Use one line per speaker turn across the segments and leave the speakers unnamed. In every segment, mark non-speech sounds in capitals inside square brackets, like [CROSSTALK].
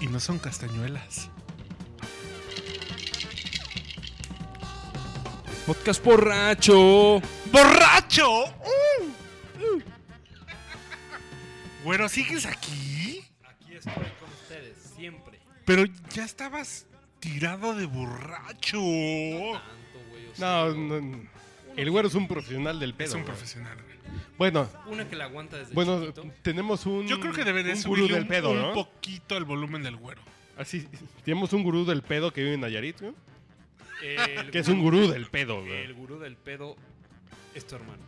Y no son castañuelas.
Podcast borracho.
¡Borracho! Bueno, ¿sigues aquí?
Aquí estoy con ustedes, siempre.
Pero ya estabas tirado de borracho.
Tanto, güey. o sea,
No, no, no. El güero es un profesional del pedo.
Es un
güey.
profesional, güey.
Bueno,
Una que la aguanta desde
bueno,
chiquito.
tenemos un.
Yo creo que deberías
un gurú
subirle
del
un,
pedo,
un
¿no?
poquito el volumen del güero.
Así, tenemos un gurú del pedo que vive en Nayarit, güey.
El
Que es un gurú del pedo, güey.
El gurú del pedo es tu hermano.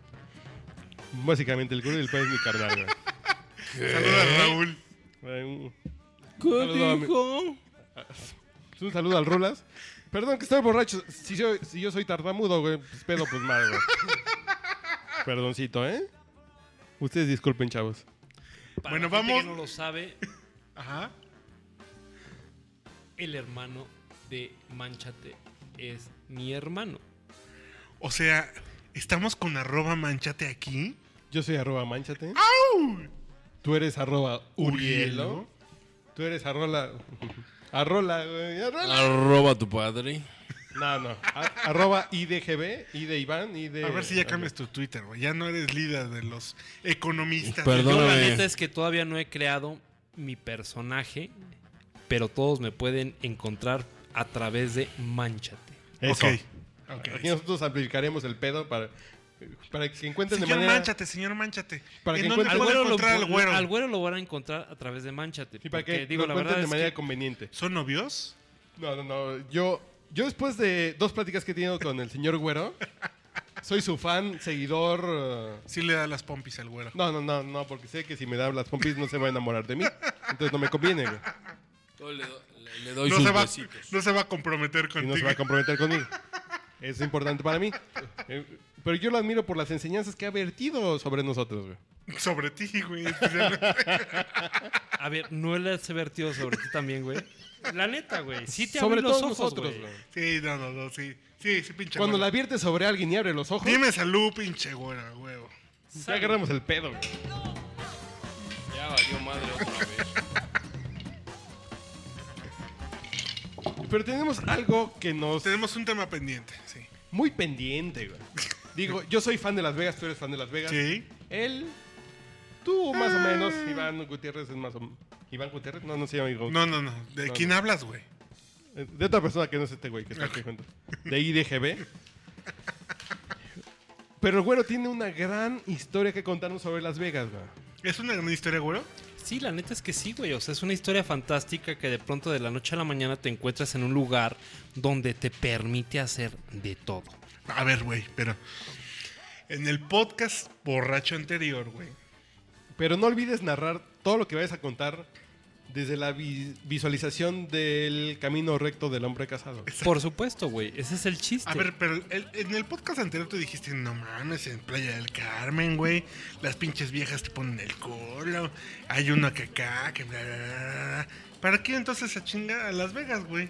Básicamente, el gurú del pedo es mi carnal, güey.
Saluda a Raúl.
Eh, un- saludo a mi- Es pues un saludo al Rulas. Perdón que estoy borracho. Si yo, si yo soy tartamudo, güey, pues pedo, pues mal, güey. Perdoncito, ¿eh? Ustedes disculpen, chavos.
Para
Bueno,
la gente
vamos-
que no lo sabe,
Ajá.
el hermano de Manchate es mi hermano.
O sea, estamos con arroba manchate aquí.
Yo soy arroba manchate. Tú eres arroba Urielo. Tú eres arrola. [LAUGHS] Arrola, güey.
Ah.
Arrola.
Arroba tu padre.
No, no. A- arroba IDGB, I de Iván, I de.
A ver si ya cambias tu Twitter, güey. Ya no eres líder de los economistas.
Perdón.
Yo la
Perdóname.
neta es que todavía no he creado mi personaje, pero todos me pueden encontrar a través de Manchate.
Eso.
Ok. Ok.
Aquí nosotros amplificaremos el pedo para, para que encuentren
Señor
de manera.
Manchate, señor Manchate.
Para que
¿En dónde
encuentre-
puedo
güero
encontrar al
lo,
güero?
al güero lo van a encontrar a través de Manchate.
Sí, para que
porque, digo,
lo
la
cuenten
verdad
de
es
manera
que
conveniente.
¿Son novios?
No, no, no. Yo, yo después de dos pláticas que he tenido con el señor Güero, soy su fan, seguidor. eh,
Sí le da las pompis al güero.
No, no, no, no, porque sé que si me da las pompis no se va a enamorar de mí. Entonces no me conviene, güey.
Yo le, do- le- le doy
No
sus
se, va,
besitos.
no se va a comprometer
Y
contigo.
no se va a comprometer conmigo. Es importante para mí. Eh, Pero yo lo admiro por las enseñanzas que ha vertido sobre nosotros,
[LAUGHS]
güey.
Sobre ti, güey. especialmente.
A ver, no le has vertido sobre ti también, güey. La neta, güey. Sí te
sobre
abrí los
todos
ojos,
nosotros,
güey.
güey.
sí, no, no, no, sí. Sí, sí, pinche
Cuando la
güero.
advierte sobre alguien y abre los ojos,
Dime salud, pinche güero, huevo.
ya agarramos el pedo, güey.
Ya valió madre otra vez.
Pero tenemos algo que nos...
Tenemos un tema pendiente, sí.
Muy pendiente, güey. Digo, yo soy fan de Las Vegas, tú eres fan de Las Vegas.
Sí. Ah.
Él, tú más o menos, Iván Gutiérrez es más o menos... Iván Gutiérrez, no, no se llama Iván.
No, no, no. ¿De
No,
quién
no.
hablas, güey?
Eh, De otra persona que no es este güey que está aquí junto. De IDGB. Pero el güero tiene una gran historia que contarnos sobre Las Vegas, güey.
¿Es una gran historia, güero?
Sí, la neta es que sí, güey. O sea, es una historia fantástica que de pronto de la noche a la mañana te encuentras en un lugar donde te permite hacer de todo.
A ver, güey, pero. En el podcast borracho anterior, güey.
Pero no olvides narrar todo lo que vayas a contar desde la vi- visualización del camino recto del hombre casado.
Por supuesto, güey. Ese es el chiste.
A ver, pero el- en el podcast anterior tú dijiste, no mames, en Playa del Carmen, güey. Las pinches viejas te ponen el culo. Hay uno que acá, que bla, bla, bla, bla, bla". ¿Para qué entonces a chingar a Las Vegas, güey?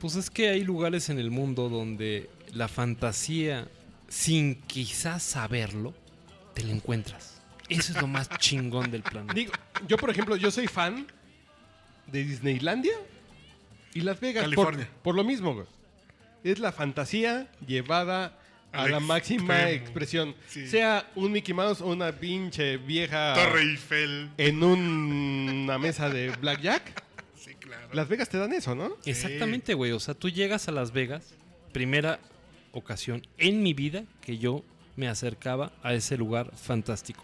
Pues es que hay lugares en el mundo donde la fantasía, sin quizás saberlo, te la encuentras. Eso es lo más [LAUGHS] chingón del planeta.
Digo, yo, por ejemplo, yo soy fan de Disneylandia y Las Vegas. por-
California.
Por, lo mismo, güey. Es la fantasía llevada a
Al
la máxima
extremo.
expresión.
Sí.
Sea un Mickey Mouse o una pinche vieja
Torre Eiffel.
en un- una mesa de blackjack.
Sí, claro.
Las Vegas te dan eso, ¿no?
Exactamente, güey. O sea, tú llegas a Las Vegas, primera ocasión en mi vida que yo me acercaba a ese lugar fantástico.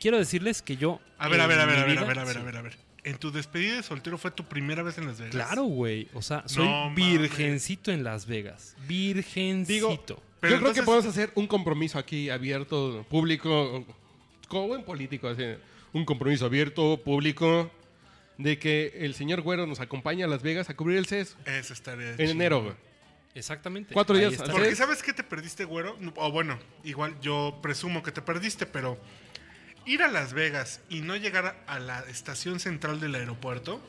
Quiero decirles que yo.
A ver, a
en
ver, a ver,
mi
a ver,
vida-
a ver, a ver,
sí.
a ver, a ver. En tu despedida de soltero fue tu primera vez en Las Vegas.
Claro, güey. O sea, soy
mames.
virgencito en Las Vegas. Virgencito.
Digo,
Pero
yo creo que
entonces-
podemos hacer un compromiso aquí abierto, público, como en político, así, un compromiso abierto, público, de que el señor Güero nos acompaña a Las Vegas a cubrir el CES
Eso estaría
en enero. güey.
Exactamente.
Cuatro
Ahí
días
está.
al
Porque
¿Sabes?
¿sabes qué te perdiste, güero? No, O bueno, igual yo presumo que te perdiste, pero ir a Las Vegas y no llegar a la estación central del aeropuerto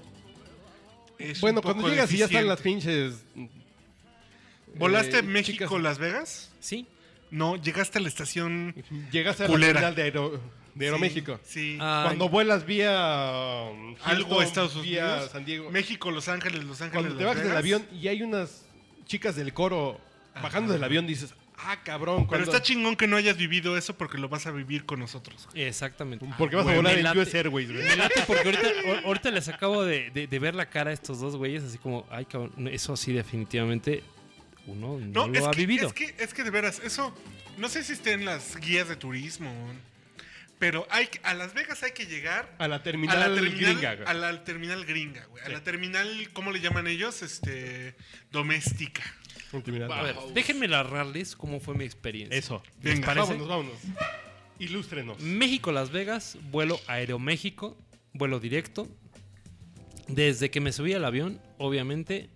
es
Bueno,
un poco
cuando llegas y ya están las
deficiente.
pinches...
¿Volaste
eh, chicas.
México-Las Vegas?
Sí.
No, llegaste a la estación...
Llegas a la
Culera.
terminal de aero- de Aeroméxico.
Sí.
Ah, Ay.
Cuando vuelas vía um, Houston,
Algo Estados
vía
Unidos.
San Diego.
México, Los Ángeles, Los Ángeles.
Cuando te
Las
bajas del
Vegas.
avión y hay unas chicas del coro bajando del avión, dices, ah, cabrón.
Pero
cuando-
está chingón que no hayas vivido eso porque lo vas a vivir con nosotros.
Exactamente.
Porque vas a
Güey,
volar
me
en
late-
US Airways, [LAUGHS] güey.
Me late porque ahorita, ahor- ahorita les acabo de, de- de ver la cara a estos dos güeyes, así como, ay, cabrón, no, eso sí, definitivamente uno no,
No,
lo
es,
ha
que,
vivido.
es que es que de veras, eso no sé si está en las guías de turismo, pero hay que- a Las Vegas hay que llegar
A la
a
terminal,
la terminal
gringa, güey.
a la terminal gringa, güey. A la terminal, ¿cómo le llaman ellos? Este doméstica.
Un terminal.
A ver, déjenme narrarles cómo fue mi experiencia.
Eso.
¿Les
Venga,
parece?
vámonos, vámonos. Ilústrenos.
México, Las Vegas, vuelo Aeroméxico, vuelo directo. Desde que me subí al avión, obviamente,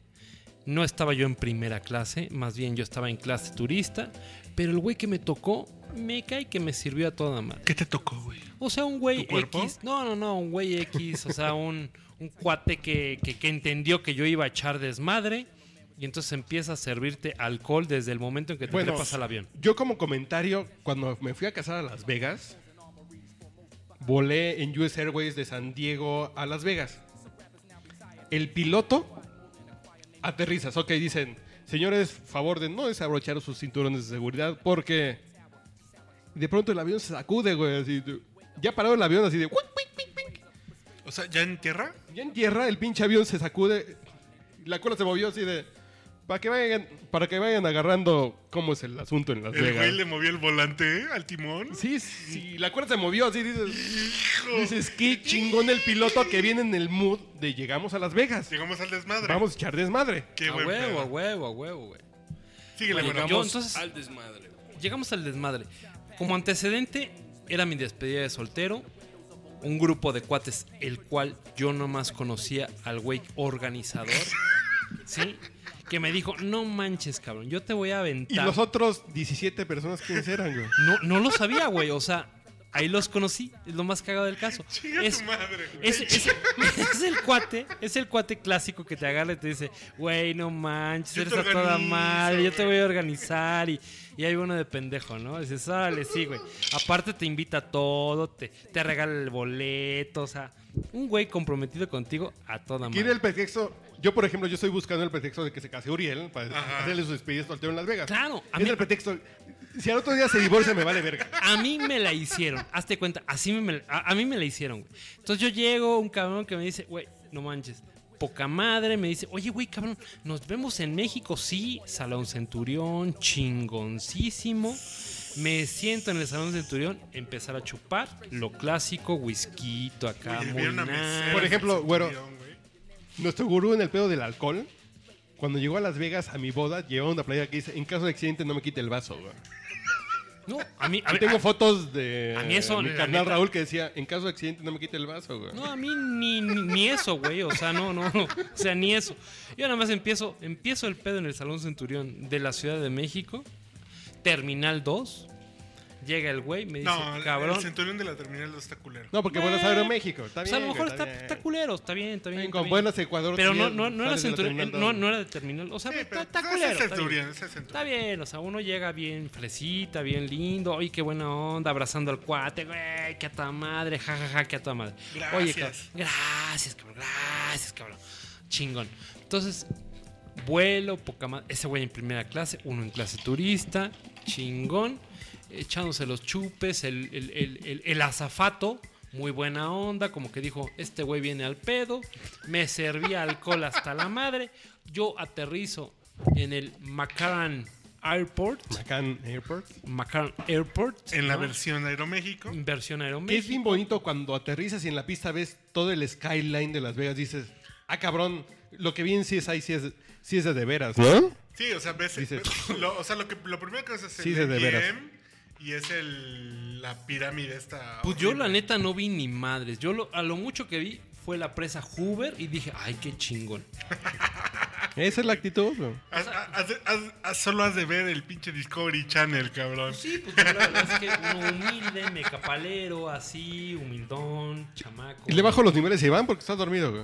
no estaba yo en primera clase, más bien yo estaba en clase turista, pero el güey que me tocó, me cae que me sirvió a toda madre.
¿Qué te tocó, güey?
O sea, un güey
¿Tu cuerpo?
X. No, no, no, un güey X. O sea, un, un cuate que, que- que entendió que yo iba a echar desmadre. Y entonces empieza a servirte alcohol desde el momento en que te
Bueno,
trepas al avión.
Yo como comentario, cuando me fui a casar a Las Vegas, volé en US Airways de San Diego a Las Vegas. El piloto aterrizas, ok, dicen, señores, favor de no desabrochar sus cinturones de seguridad porque de pronto el avión se sacude, güey, así, tú- ya parado el avión así de... "Uy, uy".
O sea, ¿ya en tierra?
Ya en tierra el pinche avión se sacude, la cola se movió así de... Para que vayan, para que vayan agarrando cómo es el asunto en Las
El
Vegas.
güey le movió el volante ¿eh? al timón.
Sí, sí, la cuerda se movió así, dices. Dices, qué chingón el piloto que viene en el mood de llegamos a Las Vegas.
Llegamos al desmadre.
Vamos a echar desmadre.
Qué
a
buen
huevo,
pedo.
a huevo, a huevo, güey.
Síguele,
Oye,
bueno.
yo-
Llegamos
entonces-
al desmadre. güey.
Llegamos al desmadre. Como antecedente, era mi despedida de soltero. Un grupo de cuates, el cual yo nomás conocía al güey
[LAUGHS]
organizador. ¿Sí? Que me dijo, no manches, cabrón, yo te voy a
Y
aventar.
los otros 17 personas, ¿quiénes eran, güey?
No, no lo sabía, güey. O sea, ahí los conocí. Es lo más cagado del caso.
[LAUGHS] [LAUGHS] Chinga
Es-
tu madre, güey.
es, es- es el cuate, es el cuate clásico que te agarra y te dice, güey, no manches,
Yo te
eres a toda
organizo,
madre, yo te
güey."
voy a organizar. Y, y hay uno de pendejo, ¿no? dices, órale, sí, güey. Aparte te invita a todo, te, te regala el boleto, o sea, un güey comprometido contigo a toda
Quiere
madre.
el pretexto. Yo, por ejemplo, yo estoy buscando el pretexto de que se case Uriel para
Ajá.
hacerle su despedida soltero en Las Vegas.
Claro, a
Es
mí-
el pretexto. Si al otro día se divorcia, me vale verga.
A mí me la hicieron, hazte cuenta, así me, me- a, a mí me la hicieron, güey. Entonces yo llego, un cabrón que me dice, güey, no manches, poca madre, me dice, oye, güey, cabrón, nos vemos en México, sí, Salón Centurión, chingoncísimo. Me siento en el Salón Centurión, empezar a chupar, lo clásico, whisky, acá,
Oye,
muy
vieron a
nice.
mesera
Por ejemplo,
del
güero.
Centurión, güey.
Nuestro gurú en el pedo del alcohol, cuando llegó a Las Vegas a mi boda, llevaba una playera que dice: En caso de accidente, no me quite el vaso, güey.
No, a mí, a ver,
Yo tengo fotos de
a mí eso,
mi
la
carnal
neta.
Raúl que decía, en caso de accidente no me quite el vaso, güey.
No, a mí ni, ni, ni eso, güey. O sea, no, no, no. O sea, ni eso. Yo nada más empiezo, empiezo el pedo en el Salón Centurión de la Ciudad de México, Terminal 2. Llega el güey, me dice,
No, el
cabrón.
centurión de la terminal está culero.
No, porque vuelas a Aeroméxico. Está
pues
bien,
a lo mejor
güey,
está,
bien.
está culero, está bien, está bien.
Bien,
está
Con
bien.
buenas Ecuador.
Pero no,
también
no, no, era
sales de la
centurión,
terminal
no,
dos.
no era de terminal. O sea,
Sí,
está,
pero
está
ese
culero.
es
está bien.
centurión, ese es centurión.
Está bien, o sea, uno llega bien fresita, bien lindo. Oye, qué buena onda, abrazando al cuate, güey, qué a toda madre, jajaja, ja, ja, qué a toda madre. Oye, cabrón,
Gracias.
gracias, cabrón, gracias, cabrón. Chingón. Entonces, vuelo, poca madre. Ese güey en primera clase, uno en clase turista, chingón. Echándose los chupes, el, el- el- el- el azafato, muy buena onda, como que dijo, este güey viene al pedo, me servía alcohol hasta la madre. Yo aterrizo en el McCarran Airport.
Macan Airport.
McCarran Aeroport.
En la
¿no? Mm.
versión Aeroméxico.
Versión
Es
Aeroméxico.
bien bonito cuando aterrizas y en la pista ves todo el skyline de Las Vegas. Dices, ah, cabrón, lo que vi en CSI sí es, sí es de, de veras. ¿No?
Sí, o sea, ves.
Dice-
ves- lo, o sea, lo, que, lo primero que ves es el
Sí, de de
MGM,
veras.
y es el, la pirámide esta.
Pues yo
horrible.
la neta no vi ni madres. Yo lo- a lo mucho que vi fue la presa Hoover y dije, ay, qué chingón.
Esa es la actitud, güey.
Haz- haz- haz- haz- haz- solo has de ver el pinche Discovery Channel, cabrón.
Sí, pues yo la verdad es que uno humilde, mecapalero, así, humildón, chamaco.
Y le bajo los niveles a Iván porque está dormido, güey.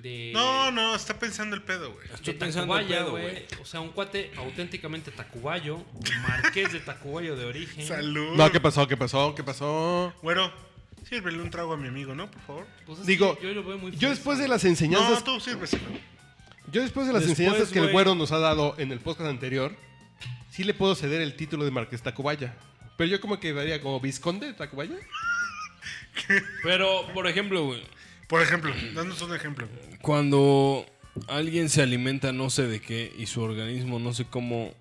de.
No, no, está pensando el pedo, güey.
de
Estoy pensando en
Tacubaya,
pedo,
güey.
güey.
O sea, un cuate auténticamente tacubayo, marqués de Tacubayo de origen.
Salud.
No, ¿qué pasó? ¿Qué pasó? ¿Qué pasó?
Güero, sírvele un trago a mi amigo, ¿no? Por favor.
Pues es
Digo,
que yo lo veo muy
Yo
fresa.
después de las
No,
enseñanzas,
tú sírveselo.
yo después de las
Después,
enseñanzas que el
güey.
güero nos ha dado en el podcast anterior, sí le puedo ceder el título de Marqués Tacubaya. Pero yo como que daría como Visconde de Tacubaya.
Pero, por ejemplo, güey,
Por ejemplo, danos un ejemplo.
Cuando alguien se alimenta no sé de qué y su organismo no sé cómo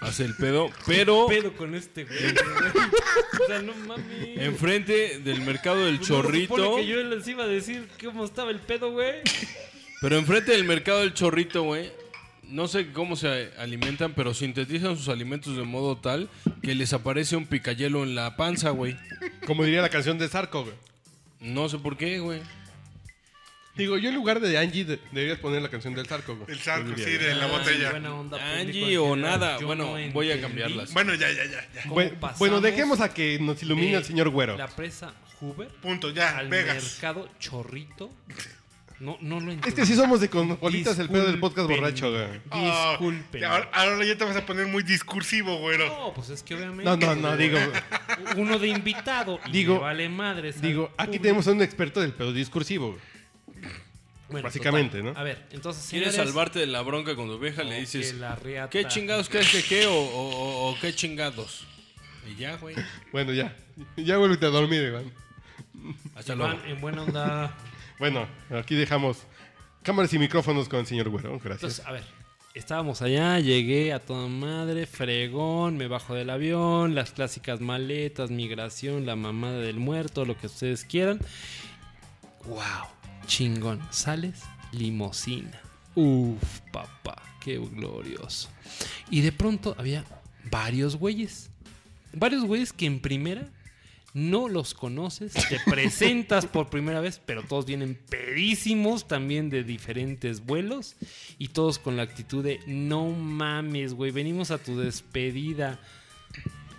hace el pedo, pero
¿Qué pedo con este, güey? o sea, no mames.
enfrente del mercado del
Pues no se supone
chorrito,
que yo les iba a decir cómo estaba el pedo, güey.
pero enfrente del mercado del chorrito, güey, no sé cómo se alimentan, pero sintetizan sus alimentos de modo tal que les aparece un picayelo en la panza, güey.
Como diría la canción de Sarco, güey.
No sé por qué, güey.
Digo, yo en lugar de Angie de- deberías poner la canción del Sarco, güey.
El sarco,
Yo diría,
sí, de la
Ay,
botella.
buena onda,
Angie
público en
o
general.
nada.
Yo
Bueno,
no
voy a
entendí
cambiarlas.
Bueno, ya, ya, ya. ya.
cómo
Bueno,
pasamos
bueno, dejemos a que nos ilumine
de
el señor güero.
La presa Hoover
Punto, ya,
al
Vegas.
mercado chorrito. No, no lo
Es
entendí.
que sí somos de cosmopolitas el pedo del podcast
Disculpen.
borracho, güey.
Ah,
Disculpen.
ahora, ahora ya te vas a poner muy discursivo, güero.
No, pues es que obviamente.
No, no, no, digo,
Uno de invitado. y
Digo-
le vale madres. al
digo, aquí
público.
tenemos a un experto del pedo discursivo. güey.
Bueno,
básicamente, ¿no?
A ver, entonces.
¿Quieres
señores,
salvarte de la bronca con tu vieja?
o
Le dices,
que la reata-
¿qué chingados que es de qué o, o- o- o qué chingados? Y ya, güey.
Bueno, ya. Ya vuelve a dormir, Iván.
Hasta luego.
Iván, en buena onda.
Bueno, aquí dejamos cámaras y micrófonos con el señor güero. Gracias.
Entonces, a ver, estábamos allá, llegué a toda madre, fregón, me bajo del avión, las clásicas maletas, migración, la mamada del muerto, lo que ustedes quieran. ¡Wow! Chingón. Sales, limosina. Uf, papá, qué glorioso. Y de pronto había varios güeyes. Varios güeyes que en primera no los conoces, te presentas por primera vez, pero todos vienen pedísimos también de diferentes vuelos y todos con la actitud de no mames, güey, venimos a tu despedida.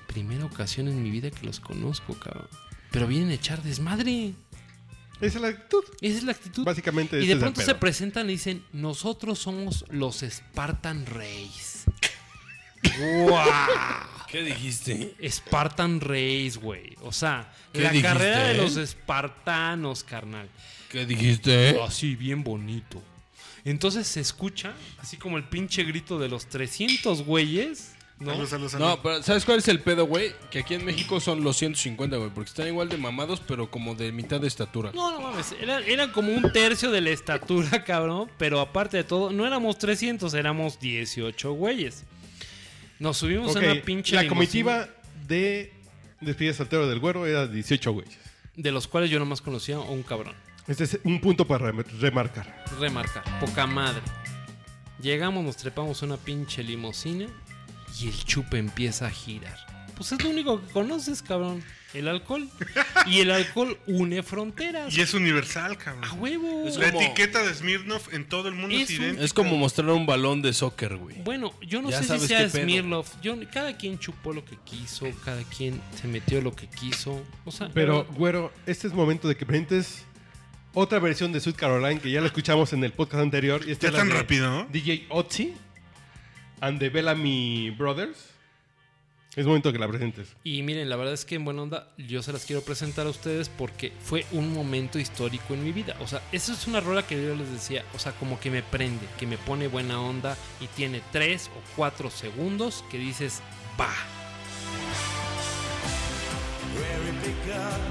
Primera ocasión en mi vida que los conozco, cabrón. Pero vienen a echar desmadre.
Esa es la actitud.
Esa es la actitud.
Básicamente,
Y
este
de
es el
pronto se
pedo.
presentan y dicen, nosotros somos los Spartan
[LAUGHS]
Reyes. ¡Guau!
¿Qué dijiste?
Spartan Race, güey. O sea,
¿Qué
la
dijiste,
carrera de
eh?
los espartanos, carnal.
¿Qué dijiste?
Así, bien bonito. Entonces se escucha, así como el pinche grito de los 300 güeyes, ¿no?
Salud, salud, salud.
No, pero ¿sabes cuál es el pedo, güey? Que aquí en México son los 150, güey, porque están igual de mamados, pero como de mitad de estatura.
No, no mames, era- eran, como un tercio de la estatura, [LAUGHS] cabrón, pero aparte de todo, no éramos 300, éramos 18 güeyes. Nos subimos
Ok,
en una pinche
la
limusina,
comitiva de despedida soltero del güero era 18 güeyes.
de los cuales yo nomás conocía a un cabrón.
Este es un punto para rem- remarcar.
remarcar, poca madre. Llegamos, nos trepamos a una pinche limosina y el chupe empieza a girar. Pues es lo único que conoces, cabrón.
[LAUGHS]
El alcohol. Y el alcohol une fronteras.
Y es universal,
A
cabrón.
huevo.
Es
La
como-
etiqueta de Smirnoff en todo el mundo es
Es un-
idéntica.
Es como mostrar un balón de soccer, güey.
Bueno, yo no
Ya
sé si
sabes
sea
qué pedo.
Smirnoff. Yo, cada quien chupó lo que quiso, cada quien se metió lo que quiso. O sea,
Pero, güero, este es momento de que presentes otra versión de Sweet Caroline que ya la escuchamos en el podcast anterior. Y esta
Ya
es la
tan
de
rápido, ¿no?
DJ Otzi and the Bellamy Brothers. Es momento de que la presentes.
Y miren, la verdad es que en buena onda yo se las quiero presentar a ustedes porque fue un momento histórico en mi vida. O sea, eso es una rola que yo les decía, o sea, como que me prende, que me pone buena onda y tiene tres o cuatro segundos que dices, va.
where it began.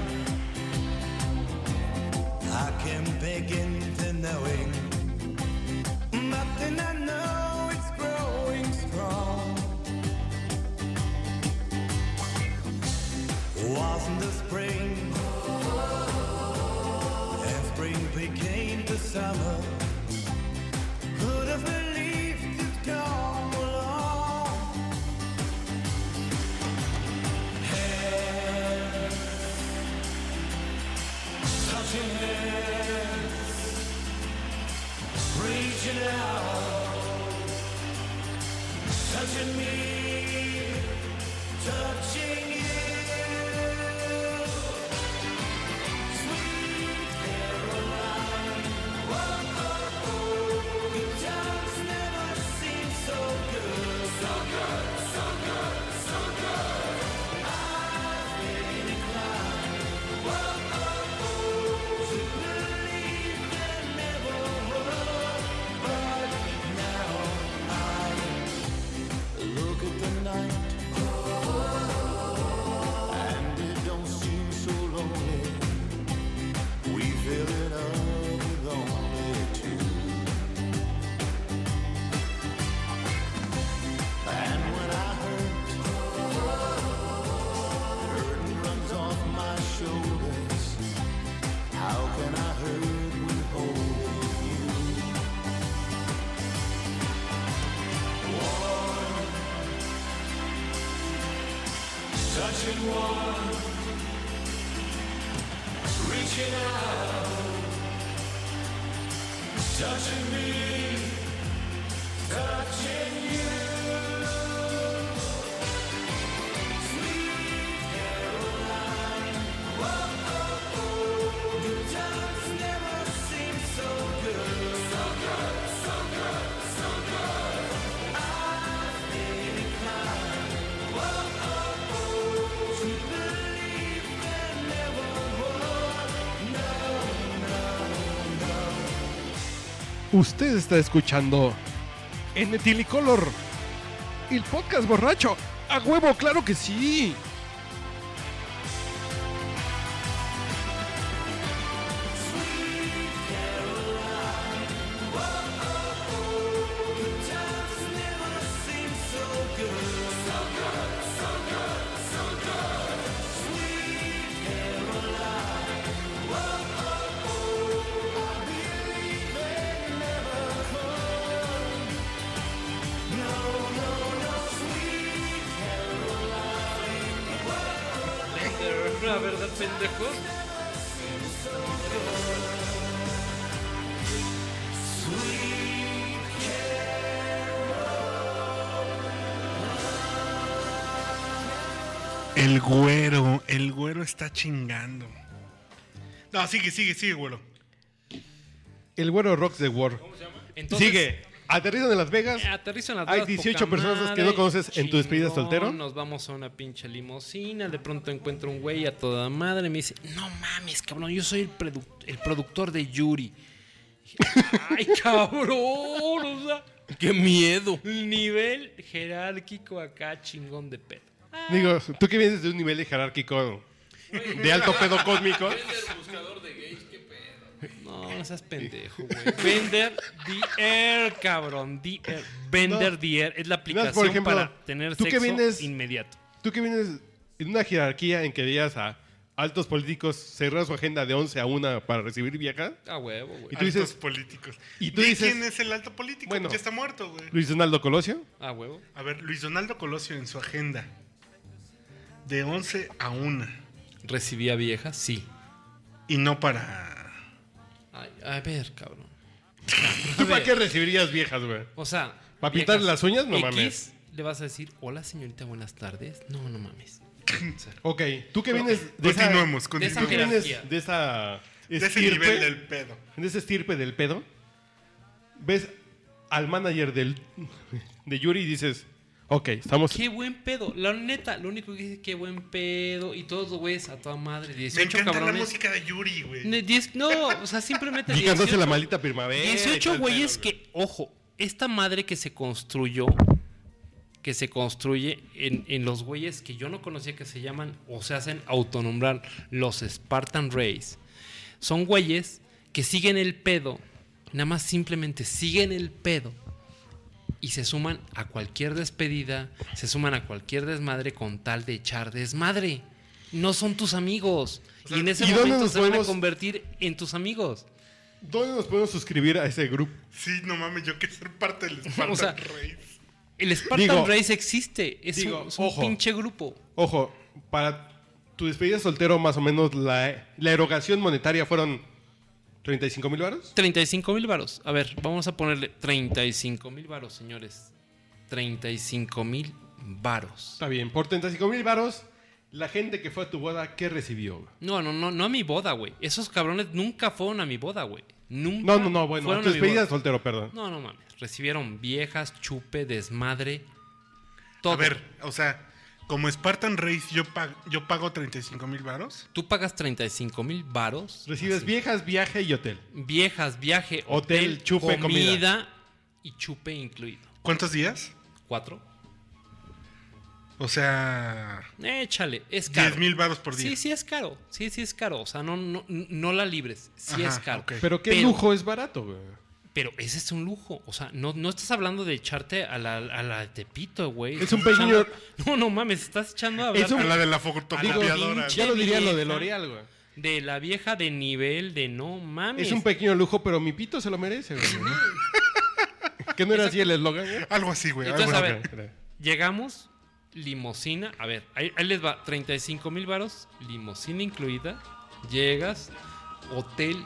I can begin to knowing, but then I know it's growing strong. Wasn't the spring, and spring became the summer. Could have believed it come along. touching hands, reaching out, touching me, touching you. Sweet Caroline, whoa, oh, whoa, should want. Reaching out, touching me, touching you. Sweet Caroline, whoa, oh, oh. Good times never seem so good. So good, so good, so good. I've been inclined, whoa, oh, oh, to believe there never was. No, no, no.
Usted está escuchando en Etilicolor, el podcast borracho. ¡A huevo, claro que sí!
La verdad, pendejos.
El güero, el güero está chingando. No, sigue, sigue, sigue, güero.
El güero Rocks the War.
Entonces,
Sigue. Aterrizan en Las Vegas.
eh, Aterrizan las
Hay
drogas,
18
poca
personas que
madre,
no conoces en tu despedida
chingón,
soltero.
Nos vamos a una pinche limusina. De pronto encuentro un güey a toda madre. Me dice: No mames, cabrón, yo soy el, produ- el productor de Yuri. Dije, Ay, [LAUGHS] cabrón, o sea,
¡Qué miedo!
el nivel jerárquico acá, chingón de pedo.
Digo, tú que vienes de un nivel jerárquico de alto pedo cósmico.
No, no seas pendejo, güey. Vender the Air, cabrón. The Air. Vender the Air es la
por
aplicación
ejemplo,
para tener
tú que
sexo
vienes-
inmediato.
Tú que vienes en una jerarquía en que veías a altos políticos cerrar su agenda de 11 a 1 para recibir vieja.
A huevo, güey.
Y tú dices-
Altos políticos.
y tú
¿De
dices-
quién es el alto político?
Bueno.
ya está muerto, güey.
Luis Donaldo Colosio.
A huevo.
A ver, Luis Donaldo Colosio en su agenda. De 11 a 1.
¿Recibía viejas? Sí.
Y no para.
Ay, a ver, cabrón.
¿Tú
A
para
ver.
qué recibirías viejas, güey?
O sea.
¿Para pintarle
viejas
las uñas? No
X,
mames.
¿Le vas a decir, hola señorita, buenas tardes? No, no mames. O sea,
Ok, tú que vienes
Pues
de esa,
Continuemos,
tú
esa
que
continuemos.
jerarquía.
vienes de esa
De ese
estirpe-
nivel del pedo.
de ese estirpe del pedo, ves al manager del, de Yuri y dices, ok, estamos...
Qué buen pedo. La neta, lo único que dice, qué buen pedo. Y todos, güeyes, a toda madre.
Me
18
encanta la
cabrones.
música de Yuri, güey.
Ne- diez- no, o sea, simplemente.
Y cantaste
18.
la maldita primavera. y todo
18
el
güeyes
pedo,
que, ojo, esta madre que se construyó, que se construye en, en los güeyes que yo no conocía que se llaman o se hacen autonombrar los Spartan Race, son güeyes que siguen el pedo, nada más simplemente siguen el pedo y se suman a cualquier despedida, se suman a cualquier desmadre con tal de echar desmadre. No son tus amigos. y en ese
¿y dónde
momento
nos
se van a
podemos-
convertir en tus amigos.
güey. ¿Dónde nos podemos suscribir a ese grupo?
Sí, no mames, yo quiero ser parte del Spartan
[LAUGHS] O sea,
Race.
El Spartan
Digo-
Race existe. Es un-
digo,
es un,
ojo.
pinche grupo.
Ojo, para tu despedida soltero más o menos la, la erogación monetaria fueron 35 mil varos.
35 mil varos. A ver, vamos a ponerle 35 mil varos, señores. 35 mil varos.
Está bien, por 35 mil varos, la gente que fue a tu boda, ¿qué recibió? güey?
No, no, no, no a mi boda, güey. Esos cabrones nunca fueron a mi boda, güey. Nunca.
No, no, no, bueno,
fueron
tu
a mi
despedida
boda.
soltero, perdón.
No, no mames. Recibieron viejas, chupe, desmadre. Todo.
A ver, o sea, como Spartan Race, yo, pag- yo pago 35 mil varos.
Tú pagas 35 mil varos.
Recibes
así.
viejas, viaje y hotel.
Viejas, viaje,
Hotel,
hotel,
chupe, comida.
comida y chupe incluido.
¿Cuántos días?
¿Cuatro?
O sea,
Échale, es caro.
10 mil varos por día.
Sí, sí es caro. Sí, sí es caro. O sea, no, no, no la libres. Sí
Ajá,
es caro.
ok.
Pero qué lujo es barato, güey.
Pero ese es un lujo. O sea, no, no estás hablando de echarte a la, a la de Tepito, güey.
Es
Estás
un pequeño-
echando- No, no mames, estás echando a hablar
Es un-
A la de la
Digo,
fotocopiadora.
pinche-
Ya lo diría lo de
vieja.
L'Oreal, güey.
de la vieja de nivel de no mames.
Es un pequeño lujo, pero mi pito se lo merece, güey. [LAUGHS] ¿Que no era así el eslogan, güey?
Algo así, güey.
Entonces,
algo
a
así.
ver, llegamos Limosina, a ver, ahí, ahí les va, 35 mil varos, limosina incluida, llegas, hotel,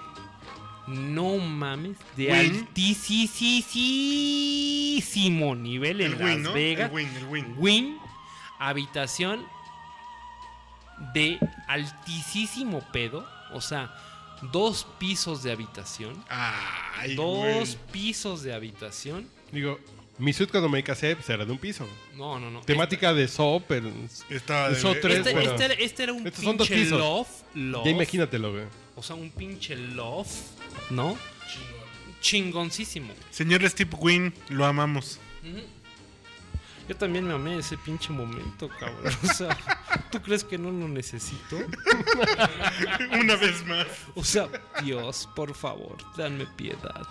no mames, de
Win.
altísimo nivel en
El
Las
win, ¿no?
Vegas.
El win, el win.
Win, habitación de altísimo pedo, o sea, dos pisos de habitación,
Ay,
dos
güey.
pisos de habitación,
Digo, mi suit cuando me casé pues, era de un piso.
no, no, no.
Temática de soap, pero...
Estaba
Usó
de-
tres,
Este,
güey.
Bueno,
este era, este era un
Estos son dos
pinche
pisos.
love, love.
Ya imagínatelo, güey.
O sea, un pinche love, ¿no? Chingoncísimo.
Señor Steve Wynn, lo amamos. [LAUGHS]
Yo también me amé ese pinche momento, cabrón. O sea, ¿tú crees que no lo necesito?
Una vez más.
O sea, Dios, por favor, dame piedad.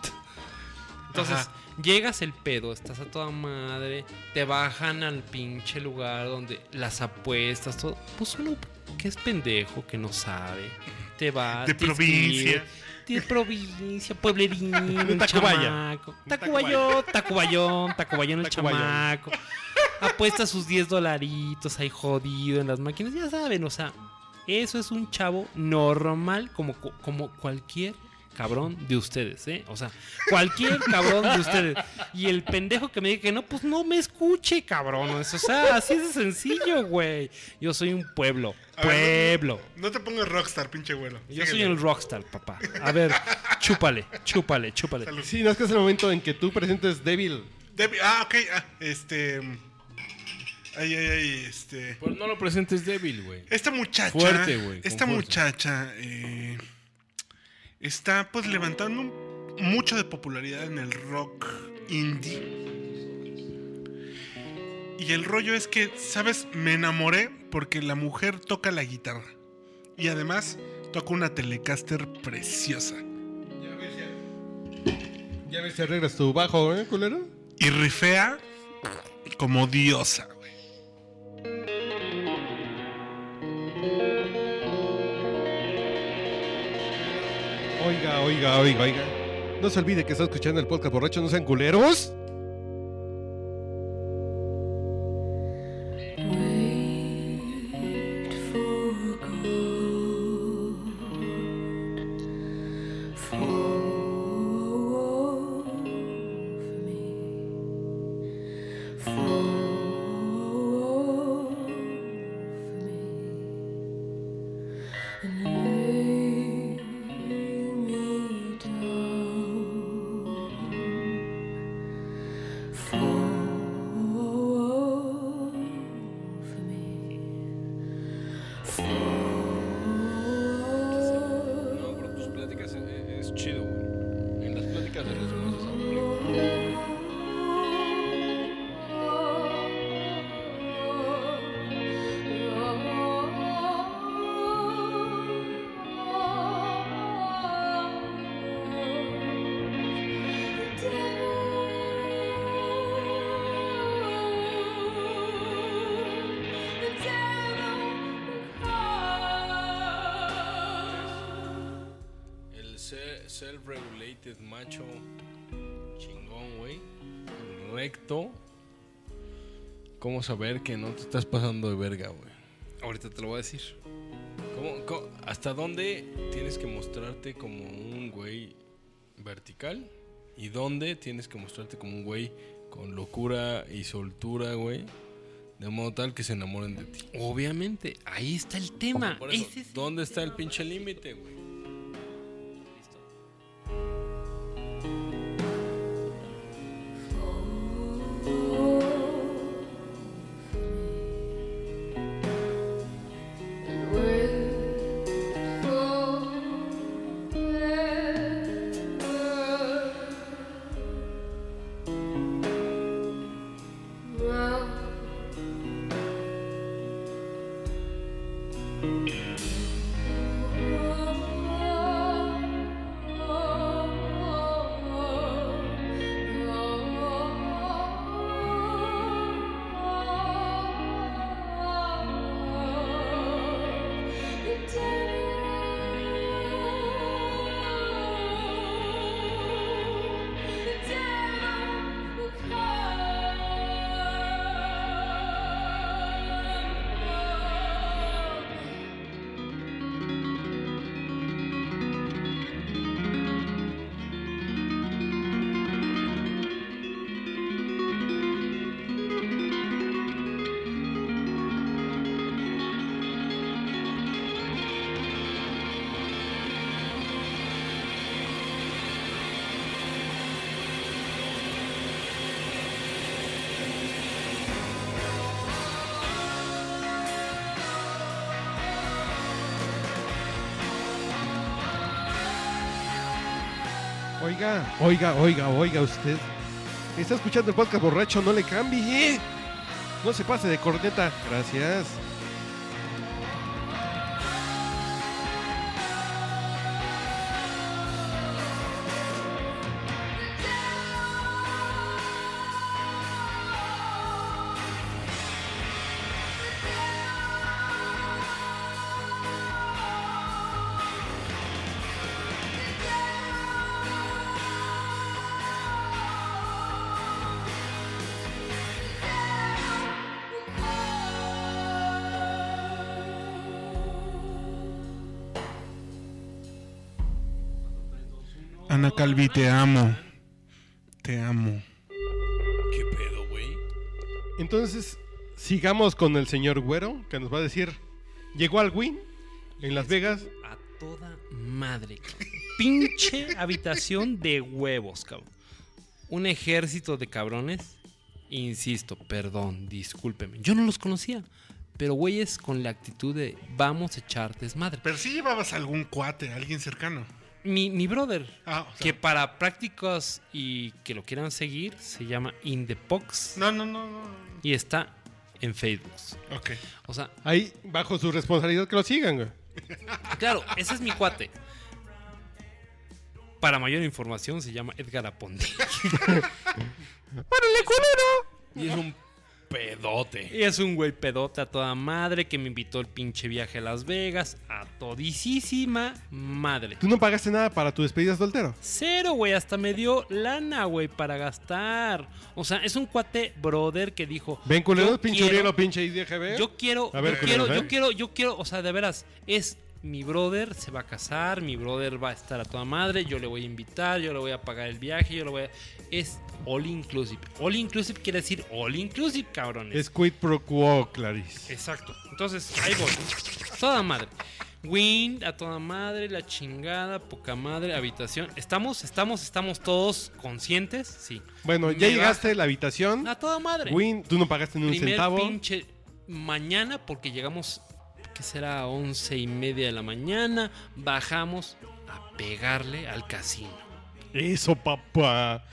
Entonces,
Ajá.
llegas el pedo, estás a toda madre, te bajan al pinche lugar donde las apuestas, todo. Pues uno que es pendejo, que no sabe. Te va.
De
te
provincia.
inscribe, De provincia, pueblerino,
Tacubaya.
chamaco.
De
Tacubayón, tacubayón, tacubayón el
Tacubayón.
chamaco. Apuesta sus 10 dolaritos ahí jodido en las máquinas, ya saben, o sea, eso es un chavo normal como, cu- como cualquier cabrón de ustedes, ¿eh? O sea,
[LAUGHS]
cualquier cabrón de ustedes. Y el pendejo que me diga que no, pues no me escuche, cabrón. O sea, así de sencillo, güey. Yo soy un pueblo,
A ver,
pueblo.
No te pongas rockstar, pinche güero.
Yo soy
Síguele.
el rockstar, papá. A ver, chúpale, chúpale, chúpale.
Salud.
Sí, no es que es el momento en que tú presentes débil.
Debbie- ah, ok. ah, este. Ay, ay, ay, este.
Pues no lo presentes débil, güey.
Esta muchacha.
Fuerte, güey, con
Esta
fuerza.
muchacha eh, está pues levantando un- mucho de popularidad en el rock indie. Y el rollo es que, ¿sabes? Me enamoré porque la mujer toca la guitarra. Y además toca una telecaster preciosa.
Ya ves, ya. Ya ves si arreglas tu bajo, ¿eh, culero?
Y rifea como diosa, güey.
Oiga, oiga, oiga, oiga. No se olvide que está escuchando el podcast borracho, no sean culeros.
Wait for good fall over me, fall over me, and lay me down. Fall over me. Fall
No, pero tus pláticas es, es chido, güey. En las pláticas de los demás es aburrido. El se- self-regulated macho chingón, güey. Recto. ¿Cómo saber que no te estás pasando de verga, güey?
Ahorita te lo voy a decir.
¿Cómo- cómo- hasta dónde tienes que mostrarte como un güey vertical? ¿Y dónde tienes que mostrarte como un güey con locura y soltura, güey? De modo tal que se enamoren de ti.
Obviamente, ahí está el tema.
Por eso,
Ese es el
¿dónde está el pinche límite, güey?
Oh
Oiga, oiga, oiga, oiga usted. Está escuchando el podcast borracho, no le cambie. No se pase de corneta. Gracias.
Ana Calvi, te amo. Te amo.
¿Qué pedo, güey?
Entonces, sigamos con el señor Güero, que nos va a decir, llegó al Win en Las Vegas.
A toda madre. cabrón. Pinche habitación de huevos, cabrón.
un ejército de cabrones. Insisto, perdón, discúlpeme. Yo no los conocía. Pero güeyes con la actitud de vamos a echar desmadre.
Pero si llevabas algún cuate, alguien cercano.
Mi, mi brother,
Ah, o sea,
que para prácticas y que lo quieran seguir, se llama In The Pox
No, no, no, no.
y está en Facebook.
Ok.
O sea,
Ahí, bajo su responsabilidad, que lo sigan, güey.
claro, ese es mi cuate. Para mayor información se llama Edgar Aponte.
Y es un pedote.
Y es un güey pedote a toda madre que me invitó el pinche viaje a Las Vegas a todisísima madre.
Tú no pagaste nada para tu despedida soltero.
Cero, güey, hasta me dio lana, güey, para gastar. O sea, es un cuate brother que dijo,
Ven, culeros,
Yo
pinche
quiero-
Urielo, pinche IDGB.
yo quiero,
A ver,
yo quiero,
culeros, ¿eh?
yo quiero, yo quiero, o sea, de veras, es mi brother, se va a casar, mi brother va a estar a toda madre, yo le voy a invitar, yo le voy a pagar el viaje, yo le voy a... Es all inclusive. All inclusive quiere decir all inclusive, cabrones.
Es quid pro quo, Clarice.
Exacto. Entonces, ahí voy. Toda madre. Wind, a toda madre, la chingada, poca madre, habitación. ¿Estamos, estamos, estamos todos conscientes? Sí.
Bueno, ya
Me
llegaste a la habitación.
A toda madre.
Win, tú no pagaste ni un
Primer
centavo.
pinche mañana, porque llegamos, que será? Once y media de la mañana. Bajamos a pegarle al casino.
Eso, papá.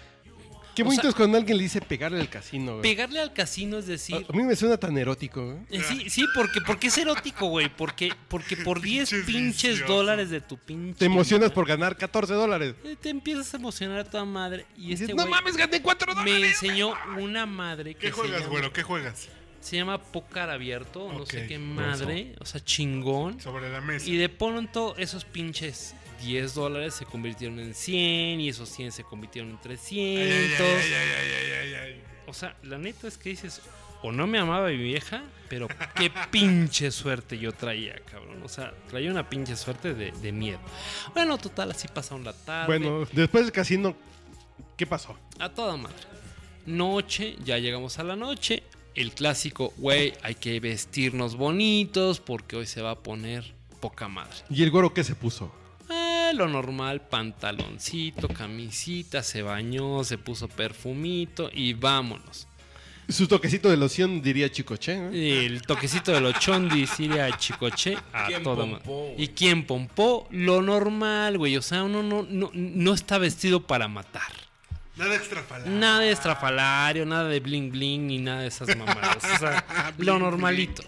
Qué
O
bonito
sea-
es cuando alguien le dice pegarle al casino, güey.
Pegarle al casino es decir...
A, a mí me suena tan erótico, güey.
Eh, Sí, sí, porque, porque es erótico, güey. Porque, porque por
[LAUGHS]
10
Pinches
pinches,
viciosos.
dólares de tu pinche.
Te emocionas
madre-
por ganar 14 dólares.
Eh, te empiezas a emocionar a toda madre y
Y dices,
este
no
güey
mames, gané 4 dólares.
me enseñó una madre que
¿Qué
se
juegas,
llama,
güero? ¿Qué juegas?
se llama póker abierto, no
Ok,
sé qué
eso.
madre, o sea, chingón.
Sobre la mesa.
Y de pronto esos pinches 10 dólares se convirtieron en 100 y esos 100 se convirtieron en
Ay, ay,
300.
ay, ay, ay, ay, ay, ay.
O sea, la neta es que dices, o no me amaba mi vieja, pero qué [LAUGHS] pinche suerte yo traía, cabrón. O sea, traía una pinche suerte de, de miedo. Bueno, total, así pasaron la tarde.
Bueno, después del casino, ¿qué pasó?
A toda madre. Noche, ya llegamos a la noche. El clásico, güey, hay que vestirnos bonitos porque hoy se va a poner poca madre.
¿Y el güero qué se puso?
Ah, lo normal, pantaloncito, camisita, se bañó, se puso perfumito y vámonos.
Su toquecito de loción diría Chicoche, ¿no?
El toquecito de los chondis iría a Chicoche a
¿Quién
todo
pompó,
madre.
güey?
¿Y quién pompó? Lo normal, güey. O sea, uno no, no, no está vestido para matar.
Nada extrafalado.
Nada de estrafalario, nada de bling bling ni nada de esas mamadas. O
[LAUGHS]
sea,
Bling,
lo normalito.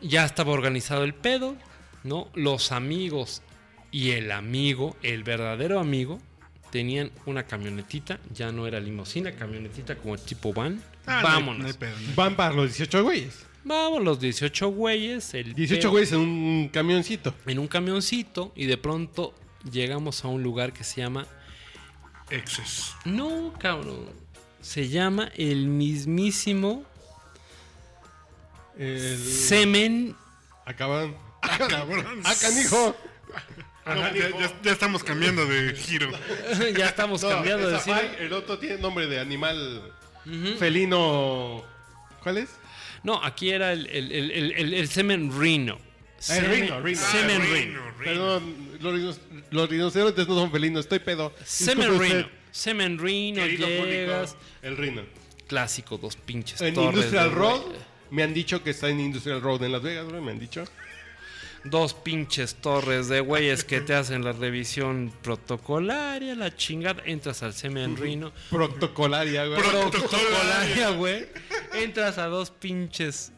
Ya estaba organizado el pedo, ¿no? Los amigos y el amigo, el verdadero amigo, tenían una camionetita, ya no era limusina, camionetita como tipo van.
Ah, no hay-
Vámonos.
no hay pedo, no hay-
Van para los 18 güeyes.
Vamos los 18 güeyes, el
18
pedo
güeyes en un camioncito.
en un camioncito y de pronto llegamos a un lugar que se llama
Exes.
No, cabrón. Se llama el mismísimo
El-
Semen.
Acaban.
Ah, cabrón.
¡Ah, canijo!
No, ya, ya- ya estamos cambiando de giro.
[LAUGHS] ya estamos
No,
cambiando de
esa
decir.
fai, el otro tiene nombre de animal felino. ¿Cuál es?
No, aquí era el, el- el- el- el- el Semen Rino. Semen-
Rino, Rino.
Semen
Ah,
Rino.
Rino, Rino.
Perdón, los, rinos- los rinocerontes no son felinos, estoy pedo.
Semen
Ah, Disculpe usted,
Rino. Semen Rino,
querido
llegas.
público, el rino.
Clásico, dos pinches
En
torres.
Industrial
de
Road,
güey.
me han dicho que está en Industrial Road en Las Vegas, güey, me han dicho.
Dos pinches torres de güeyes que te hacen la revisión protocolaria, la chingada. Entras al semen rino.
Protocolaria, güey.
Protocolaria, güey. Entras a dos pinches.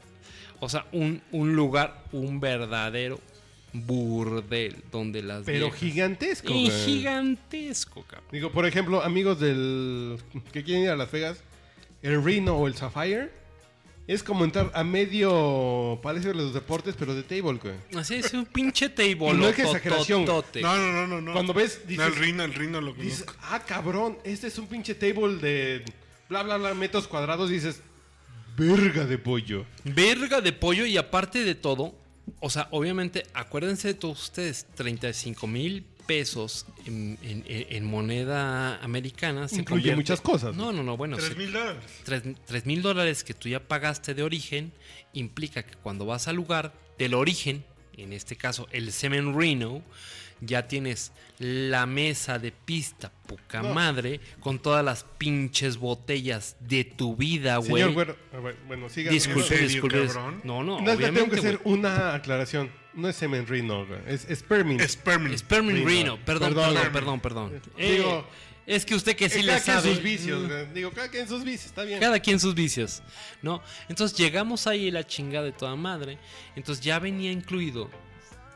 O sea, un, un lugar, un verdadero burdel donde las.
Pero
viejas-
gigantesco,
Y
güey.
gigantesco, cabrón.
Digo, por ejemplo, amigos del que quieren ir a Las Vegas, el Reno o el Sapphire es como entrar a medio Palacio de los Deportes, pero de table, güey.
Así es un pinche table.
No es que exageración.
No, no, no, no, no.
Cuando ves,
No,
dices,
el rino, el rino lo
dices,
conozco.
ah, cabrón, este es un pinche table de bla, bla, bla, metros cuadrados, dices, verga de pollo.
Verga de pollo y aparte de todo, o sea, obviamente, acuérdense de todos ustedes, 35 mil pesos en, en- en- en moneda americana. se
Incluye
convierte-
muchas cosas.
No, no, no, bueno.
Tres
se-
mil dólares.
tres- tres mil dólares que tú ya pagaste de origen implica que cuando vas al lugar del origen, en este caso el Semen Reno, ya tienes la mesa de pista poca madre con todas las pinches botellas de tu vida, Ah, güey.
Señor, bueno, a ver, bueno, siga.
Disculpe.
Disculpe,
¿En serio,
disculpe.
cabrón?
No, no,
No, es que tengo
obviamente,
que hacer
güey.
una aclaración. No es semen Reno, güey, es, es Permin.
Spermin.
Spermin
Reno.
Reno. Perdón,
Perdón,
perdón,
Spermin.
perdón, perdón. Eh,
Digo,
es que usted que sí
cada
le
quien sus
sabe.
vicios, güey. Digo, cada quien sus vicios, está bien.
Cada quien sus vicios, ¿no? Entonces llegamos ahí y la chingada de toda madre. Entonces ya venía incluido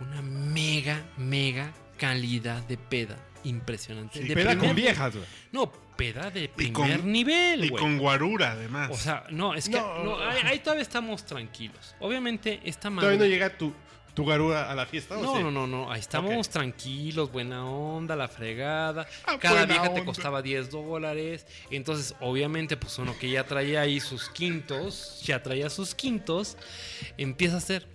una mega, mega calidad de peda. Impresionante. De
Peda
primer-
con viejas, güey.
No, peda de
con-
primer nivel,
Y
güey.
con guarura, además.
O sea, no, es que
No.
no, ahí, ahí todavía estamos tranquilos. Obviamente, esta madre.
¿Todavía no llega tu, tu garura a la fiesta? ¿o
No,
sí?
no, no, no. Ahí estábamos
Ok.
tranquilos, buena onda, la fregada.
Ah,
Cada
buena
vieja te
onda.
costaba 10 dólares. Entonces, obviamente, pues uno que ya traía ahí sus quintos, ya traía sus quintos, empieza a hacer.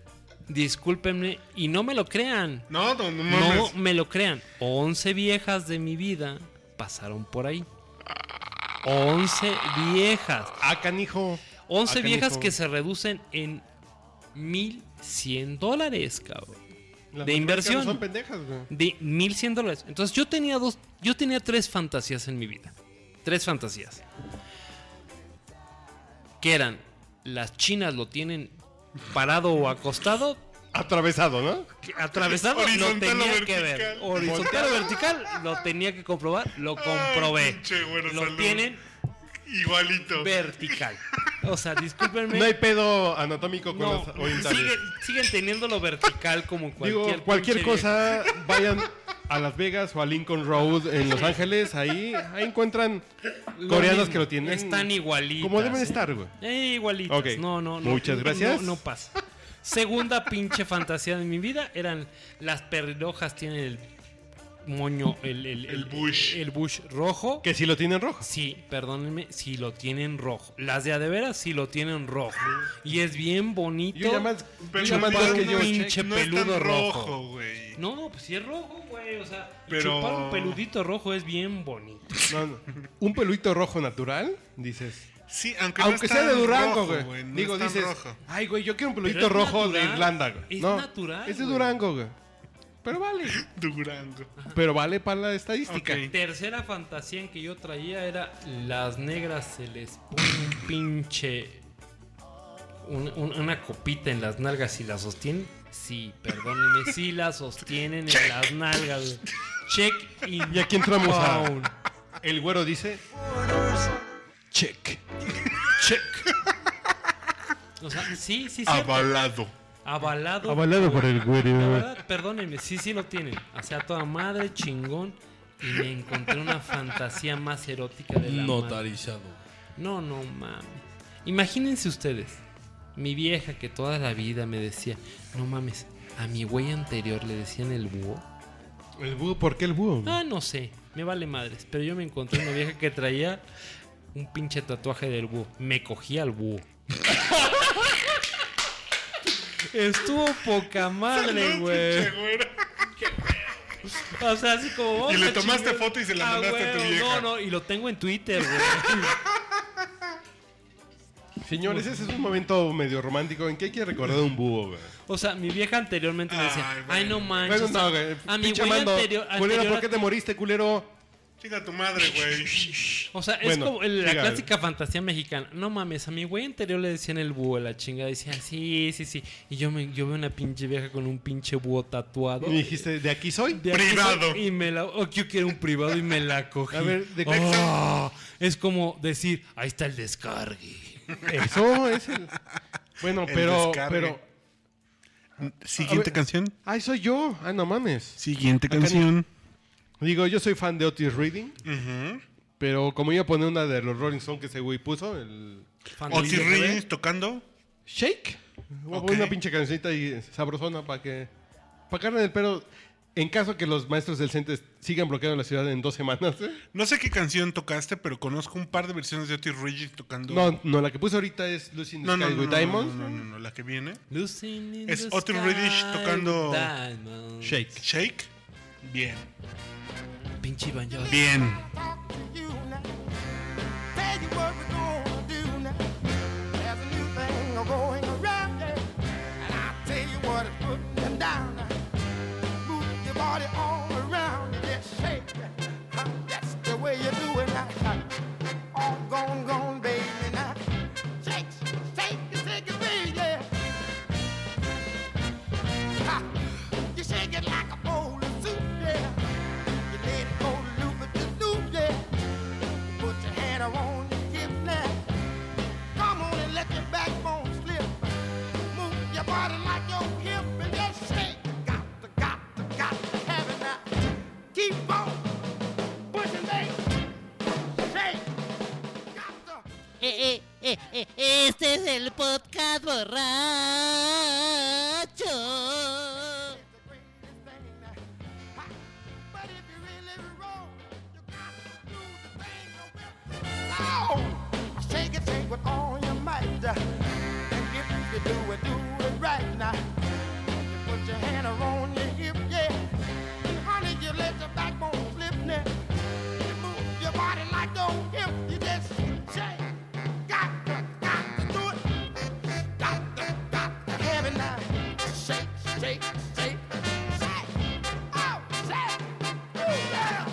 Discúlpenme y no me lo crean.
no, no, no
No
mames.
me lo crean. 11 viejas de mi vida pasaron por ahí. 11 viejas.
Ah, canijo.
11
Ah,
viejas
canijo.
que se reducen en 1100 dólares, cabrón.
Las
de
matemáticas
inversión.
no son pendejas, güey.
de 1100 dólares. Entonces yo tenía dos, yo tenía tres fantasías en mi vida. Tres fantasías. Que eran, las chinas lo tienen parado o acostado,
Atravesado, ¿no?
que atravesado lo
Horizontal o
tenía que
vertical.
ver. Horizontal o vertical lo tenía que comprobar, lo
Ay,
comprobé.
pinche güero,
Lo
salud.
tienen
Igualito.
vertical. O sea, discúlpenme.
No hay pedo anatómico con
no,
las orientales.
siguen, siguen teniéndolo vertical como cualquier
Digo, cualquier
pinche vieja.
cosa, vayan a Las Vegas o a Lincoln Road en Los Ángeles. Ahí, ahí encuentran
Lo
coreanos
mismo,
que lo tienen.
Están igualitos.
Como deben estar, güey.
Eh, igualitas.
Ok.
No, no, no.
Muchas
no,
gracias.
No, no pasa. Segunda pinche fantasía de mi vida eran las perrojas tienen el moño, el, el,
El bush.
El bush rojo.
Que si lo tienen rojo.
Sí, perdónenme, si lo tienen rojo. Las de adeveras si lo tienen rojo. Y es bien bonito.
Yo ya más, yo
Pero
ya más
no
más
es-
que yo.
no es-
pinche
no es tan
peludo rojo.
rojo, güey.
No, pues si es rojo, güey. O sea,
Pero-
chupar un peludito rojo es bien bonito.
No, no. Un peludito rojo natural, dices.
Sí, aunque, no
Aunque
es
sea de
tan
Durango,
rojo,
güey.
no
Digo,
es tan
dices,
rojo.
ay, güey, yo quiero un
Pero
peludito
es
rojo
natural,
de Irlanda, güey.
es
no,
natural,
Es de
güey.
Durango, güey. Pero vale.
Durango.
Pero vale para la estadística.
Ok.
Tercera fantasía en que yo traía era las negras se les pone un pinche un- un- una copita en las nalgas y la sostienen. Sí, perdónenme, sí la sostienen en las nalgas. güey. Check in.
Y aquí entramos a-
Down.
El güero dice, check.
O sea, sí, sí, sí.
Avalado.
Avalado.
Avalado por el
La
güero.
verdad, perdónenme, sí, sí lo tienen. O sea, toda madre, chingón. Y me encontré una fantasía más erótica de la madre.
Notarizado.
No, no mames. Imagínense ustedes, mi vieja que toda la vida me decía, no mames, a mi güey anterior le decían el búho.
¿El búho? ¿Por qué el búho?
Ah, no sé, me vale madres, pero yo me encontré una vieja que traía un pinche tatuaje del búho. Me cogía al búho. Estuvo poca madre, güey.
Pinche güero.
O sea, así como "Oh, vamos
Y le
a
tomaste foto y se la mandaste a tu
Ah, güey,
vieja.
No, no, y lo tengo en Twitter, güey.
Señores, ese es un momento medio romántico en que hay que recordar un búho, güey.
O sea, mi vieja anteriormente me decía,
Ay,
ay, no manches.
Bueno, no, güey.
a mi
pinche
güey
Amando,
anterior,
Culero,
anterior
¿por
a
qué
ti-
te moriste, culero?
Chica tu madre, güey.
O sea, es
Bueno,
como el- la
siga.
clásica fantasía mexicana. No mames, a mi güey anterior le decían el búho, la chingada. Decían, sí, sí, sí. Y yo, me, yo veo una pinche vieja con un pinche búho tatuado.
Y dijiste, ¿de aquí soy?
De aquí
Privado.
soy- Y me la, oh, yo quiero un privado y me la cogí.
A ver, ¿de qué-
Oh, Es como decir, ahí está el
[LAUGHS]
descargue.
Eso es el. Bueno,
El
pero,
descargue.
pero. A
Siguiente
ver.
canción.
Ay, soy yo. Ay, no mames.
Siguiente
Acá ni-
canción.
Digo, yo soy fan de Otis Reading. Pero como iba a poner una de los Rolling Stones que ese güey puso, el.
Otis
Fantasía.
Redding tocando.
Shake. Voy a
Ok.
poner una pinche cancionita y sabrosona para que. Para carne del pelo. En caso que los maestros del CENTE sigan bloqueando la ciudad en
[LAUGHS]
dos semanas. ¿eh?
No sé qué canción tocaste, pero conozco un par de versiones de Otis Redding tocando.
No, no, la que puse ahorita es Lucy in the
no, no, no,
Sky
no,
with
no,
Diamonds.
no, no, no, la que viene.
Losing in
Es
the
Otis
sky
Redding tocando-
with diamonds.
Shake.
Shake. Bien.
Pinche banjo.
Bien. [LAUGHS]
You shake it like a bowl of soup, yeah. You let it go loop it to loop, yeah. Put your hand on the hip now. Come on and let your backbone slip. Move your body like your hip and just shake. Got to, got to, got to have it now. Keep on pushing, baby. Shake. Got to.
Eh, Este es el podcast borracho.
Shake it, shake with all your might. And if you do it, do it right now. You put your hand around your hip, yeah. And honey, you let your backbone slip now. You move your body like your hip. You just shake. Got to, got to do it. Got to, got to have it now. Shake, shake, shake, shake. Oh, shake. Ooh, yeah.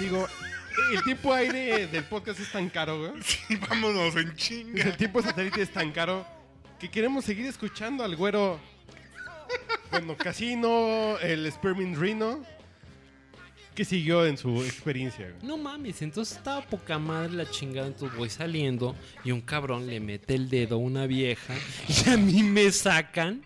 Digo, el tiempo aire del podcast es tan caro, güey.
Sí, vámonos en
El
chinga.
tiempo satélite es tan caro que queremos seguir escuchando al güero. Bueno, Casino, el Spearmint Rhino. Que siguió en su experiencia, güey.
No mames, entonces estaba poca madre la chingada, entonces voy saliendo y un cabrón le mete el dedo a una vieja [LAUGHS] y a mí me sacan.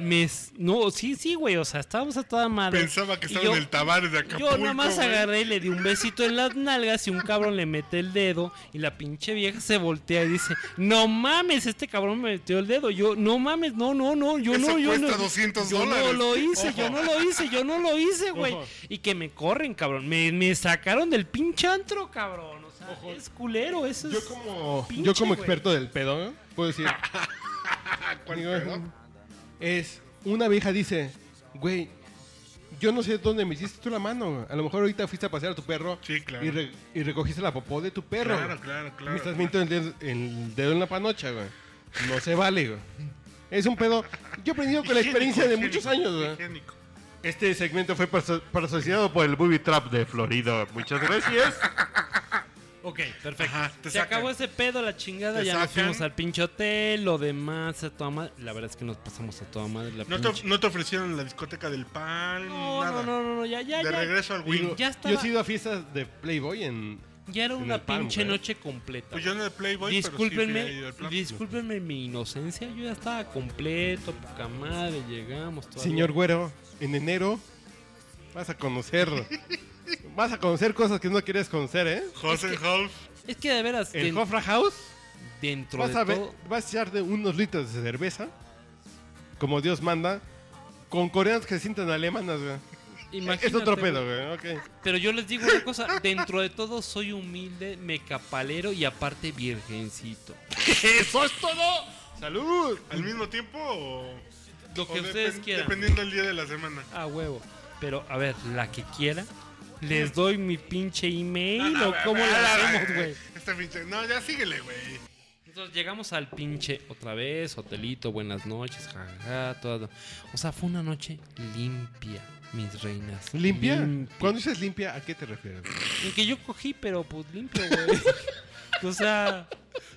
Me, s- no, sí, sí, güey, o sea, estábamos a toda madre.
Pensaba que
Y
estaba
yo-
en el Tabares de Acapulco.
Yo nada más
güey.
agarré y le di un besito en las nalgas y un cabrón le mete el dedo y la pinche vieja se voltea y dice, no mames, este cabrón me metió el dedo. Yo, no mames, no, no, no, yo
Eso
no, yo
cuesta
no.
200
yo
dólares.
no lo hice, yo no lo hice, yo no lo hice, güey.
Ojo.
Y que me corren, cabrón. Me, me sacaron del pinche antro, cabrón. O sea, es culero, eso es...
Yo como,
pinche,
yo como
güey.
experto del pedo, ¿no?
[LAUGHS]
puedo decir. Digo, Es una vieja dice, güey, yo no sé dónde me hiciste tú la mano. güey. A lo mejor ahorita fuiste a pasear a tu perro
Sí, claro.
y, re- y recogiste la popó de tu perro.
Claro,
güey.
claro,
Me
claro.
estás metiendo el dedo, el dedo en la panocha, güey. No se vale, güey. Es un pedo. Yo he aprendido con la experiencia de muchos años, güey.
Higiénico.
Este segmento fue perso- patrocinado por el Booby Trap de Florida. Muchas gracias.
Ok, perfecto.
Ajá, te
Se
sacan.
acabó ese pedo, la chingada,
Te
ya nos
sacan.
fuimos al pinche hotel, lo demás a toda madre. La verdad es que nos pasamos a toda madre la
¿No
pinche-
te, no te ofrecieron la discoteca del pan?
No,
nada.
no, no, no, no, ya, ya,
De
ya.
regreso al Wing.
Digo,
Ya estaba-
Yo he ido a fiestas de Playboy en.
Ya era
en el
una
pan,
pinche
güey.
noche completa.
Pues yo no de Playboy,
discúlpenme,
pero sí fui ahí al plan.
discúlpenme mi inocencia, yo ya estaba completo, poca madre, llegamos. todavía.
Señor Güero, en enero vas a
[LAUGHS]
conocer. vas a conocer cosas que no querías conocer, ¿eh?
José Hoff.
Es que de veras,
El
den-
Hofra House.
dentro
Vas
de
a, ver,
todo,
vas a echar de unos litros de cerveza. Como Dios manda. Con coreanos que se sientan alemanas, güey. Es
imagínate,
otro pedo,
güey.
güey. ok.
Pero yo les digo una cosa, dentro de todo soy humilde, mecapalero y aparte virgencito.
¡Salud!
¿Al mismo tiempo o.?
Lo que
o
ustedes
depen-
quieran.
Dependiendo del día de la semana.
A huevo. Pero a ver, la que quiera, les doy
Ah,
mi pinche email o cómo la hacemos, güey.
este Esta pinche. No, ya síguele, güey.
Entonces llegamos al pinche otra vez, hotelito, buenas noches, jajaja, todo. O sea, fue una noche limpia, mis reinas.
¿Limpia?
Limpia.
Cuando dices limpia, ¿a qué te refieres?
El que yo cogí, pero pues limpio, güey. o sea,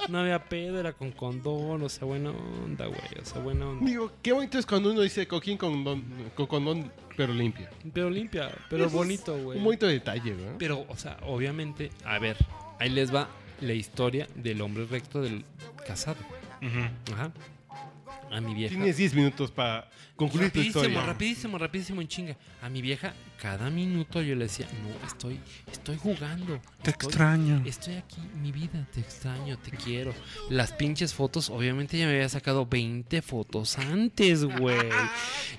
no había pedo, era con condón, o sea, buena onda, güey. O sea, buena onda.
Digo, qué bonito es cuando uno dice coquín con don, con condón, pero limpia.
Pero limpia, pero bonito, güey.
Un bonito detalle, güey.
Pero, o sea, obviamente, a ver, ahí les va la historia del hombre recto del casado. Ajá. A mi vieja.
Tienes 10 minutos para concluir tu
rapidísimo,
historia.
rapidísimo, rapidísimo en chinga. A mi vieja, cada minuto yo le decía, no, estoy, estoy jugando.
Te
estoy-
extraño.
Estoy aquí, mi vida, te extraño, te quiero. Las pinches fotos, obviamente ya me había sacado 20 fotos antes, güey.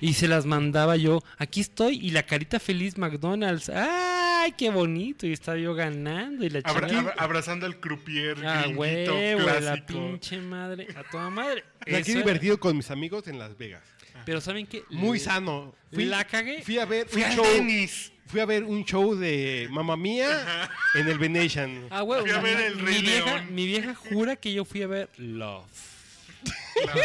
Y se las mandaba yo, aquí estoy, y la carita feliz McDonald's. ¡Ay, qué bonito! Y estaba yo ganando y la
Abra-
chingada.
abra- abrazando al croupier
Ah, güey,
gringuito
güey, la
clásico.
pinche madre, a toda madre.
La
Eso
que
era.
divertido con mis amigos en Las Vegas.
Pero ¿saben qué?
Muy
Le-
sano. Fui,
la cagué.
fui a ver
Fui
un
al
show.
tenis.
Fui a ver un show de Mamma Mía en el Venetian.
Ah, güey,
Fui a
o sea,
ver el
mi,
Rey
vieja,
León.
mi vieja jura que yo fui a ver Love.
Claro.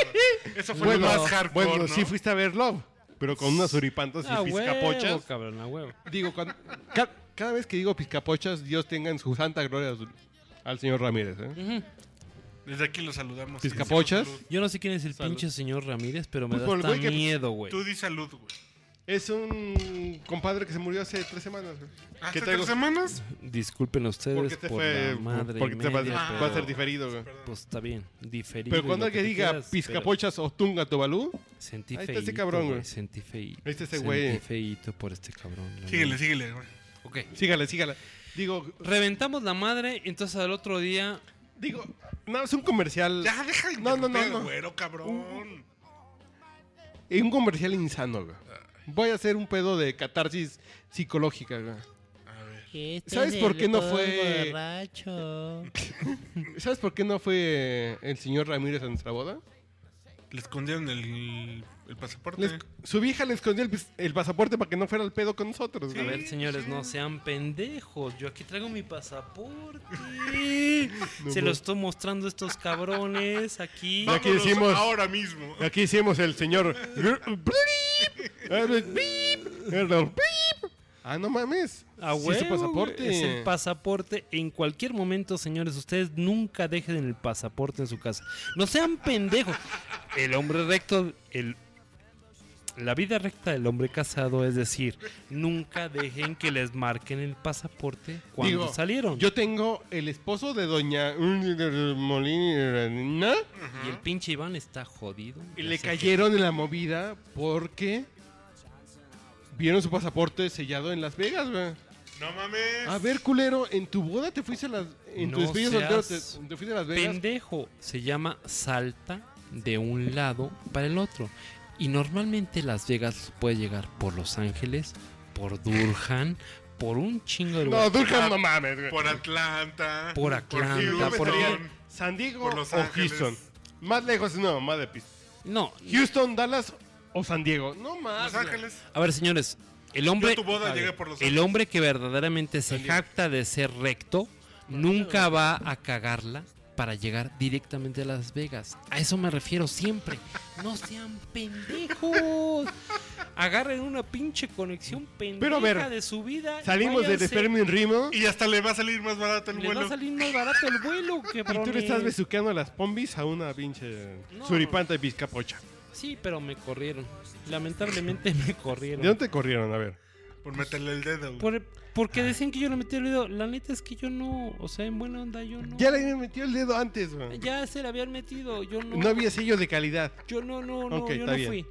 Eso fue
bueno,
lo más hardcore,
bueno,
¿no?
sí fuiste a ver Love, pero con unas uripantas y
Ah, huevo,
pizcapochas.
cabrón, ah, a huevo.
Digo, cuando- ca- cada vez que digo pizcapochas, Dios tenga en su santa gloria su- al señor Ramírez. ¿eh?
Desde aquí lo saludamos.
Pizcapochas.
Sí, sí,
Yo no sé quién es el pinche señor Ramírez, pero me
Pues por
da
el
hasta
güey que-
miedo, güey.
Tú di salud, güey.
Es un compadre que se murió hace tres semanas. güey.
¿Hace
Que
Ah, tres semanas?
Disculpen ustedes
Porque te
por
fue.
la madre
porque
y
te va,
media,
va
pero,
a ser diferido, ¿eh? güey.
Pues está bien, diferido.
Pero
y
cuando
lo que
alguien
tú
diga
quieras,
pizcapochas o tunga tobalú,
pero Sentí
Ahí
feíto,
está ese cabrón, güey.
Sentí feíto.
Ahí está ese
sentí
güey.
feíto por este cabrón. la
Síguele,
neta.
síguele, güey.
Ok.
sígale, sígale. Digo,
Reventamos la madre, entonces al otro día...
digo, no, es un comercial.
Ya, deja de
No, no, no,
interrumpir al
no.
güero, cabrón.
Es eh, un comercial insano, güey. Voy a hacer un pedo de catarsis psicológica, güey.
A ver.
¿Sabes por qué no fue- [LAUGHS]
Borracho.
¿Sabes por qué no fue el señor Ramírez a nuestra boda?
Le escondieron el, el pasaporte.
Les- su vieja le escondió el, pis- el pasaporte para que no fuera al pedo con nosotros,
A
güey.
ver, señores, no sean pendejos. Yo aquí traigo mi pasaporte. Se
[LAUGHS] no.
lo estoy mostrando a estos cabrones aquí.
Ya que
Vámonos
hicimos-
Ahora mismo.
Aquí hicimos el señor. ah, no mames.
A
Sí, su
huevo,
pasaporte.
güey, Es el pasaporte. En cualquier momento, señores, ustedes nunca dejen el pasaporte en su casa. No sean pendejos. El hombre recto, el. La vida recta del hombre casado, es decir, nunca dejen que les marquen el pasaporte cuando
Digo,
salieron.
Yo tengo el esposo de doña Molina
Y el pinche Iván está jodido.
y
Ya
le
se
cayeron en la movida porque vieron su pasaporte sellado en Las Vegas, güey.
No mames.
A ver, culero, en tu boda te fuiste a las. En tu
No
despedida de soltero
seas
te, te fuiste a Las Vegas.
pendejo se llama salta de un lado para el otro. Y normalmente Las Vegas puede llegar por Los Ángeles, por Durhan, por un chingo de
No,
lugares.
Durham, no mames, güey.
Por Atlanta.
Por Atlanta,
Houston.
por-
San Diego
Por Los
o
Ángeles.
Houston. Más lejos, no, más de pista.
No,
Houston, Dallas o San Diego. No más.
Los
güey.
Ángeles.
a ver señores, el hombre,
Yo tu boda
a ver,
llegué por Los
el
Ángeles.
hombre que verdaderamente se jacta de ser recto nunca va a cagarla para llegar directamente a Las Vegas. A eso me refiero siempre. No sean pendejos. Agarren una pinche conexión pendeja
Pero a ver,
de su vida. y
Salimos del
váyanse.
Spermin Rimo y
Y hasta le va a salir más barato el
Le va a
vuelo.
salir más barato el vuelo que
tú le estás besuqueando a las pombis a una pinche
No.
suripanta y vizcapocha.
Sí, pero me corrieron. Lamentablemente me corrieron.
¿De dónde te corrieron? A ver.
Por meterle el dedo. güey.
Por- porque decían que yo le metí el video. La neta es que yo no. O sea, en buena onda yo no.
Ya le habían metido el dedo antes, güey.
Ya se la habían metido. Yo no.
No había sello de calidad.
Yo no, no, no.
Ok,
yo
está
no
bien.
fui.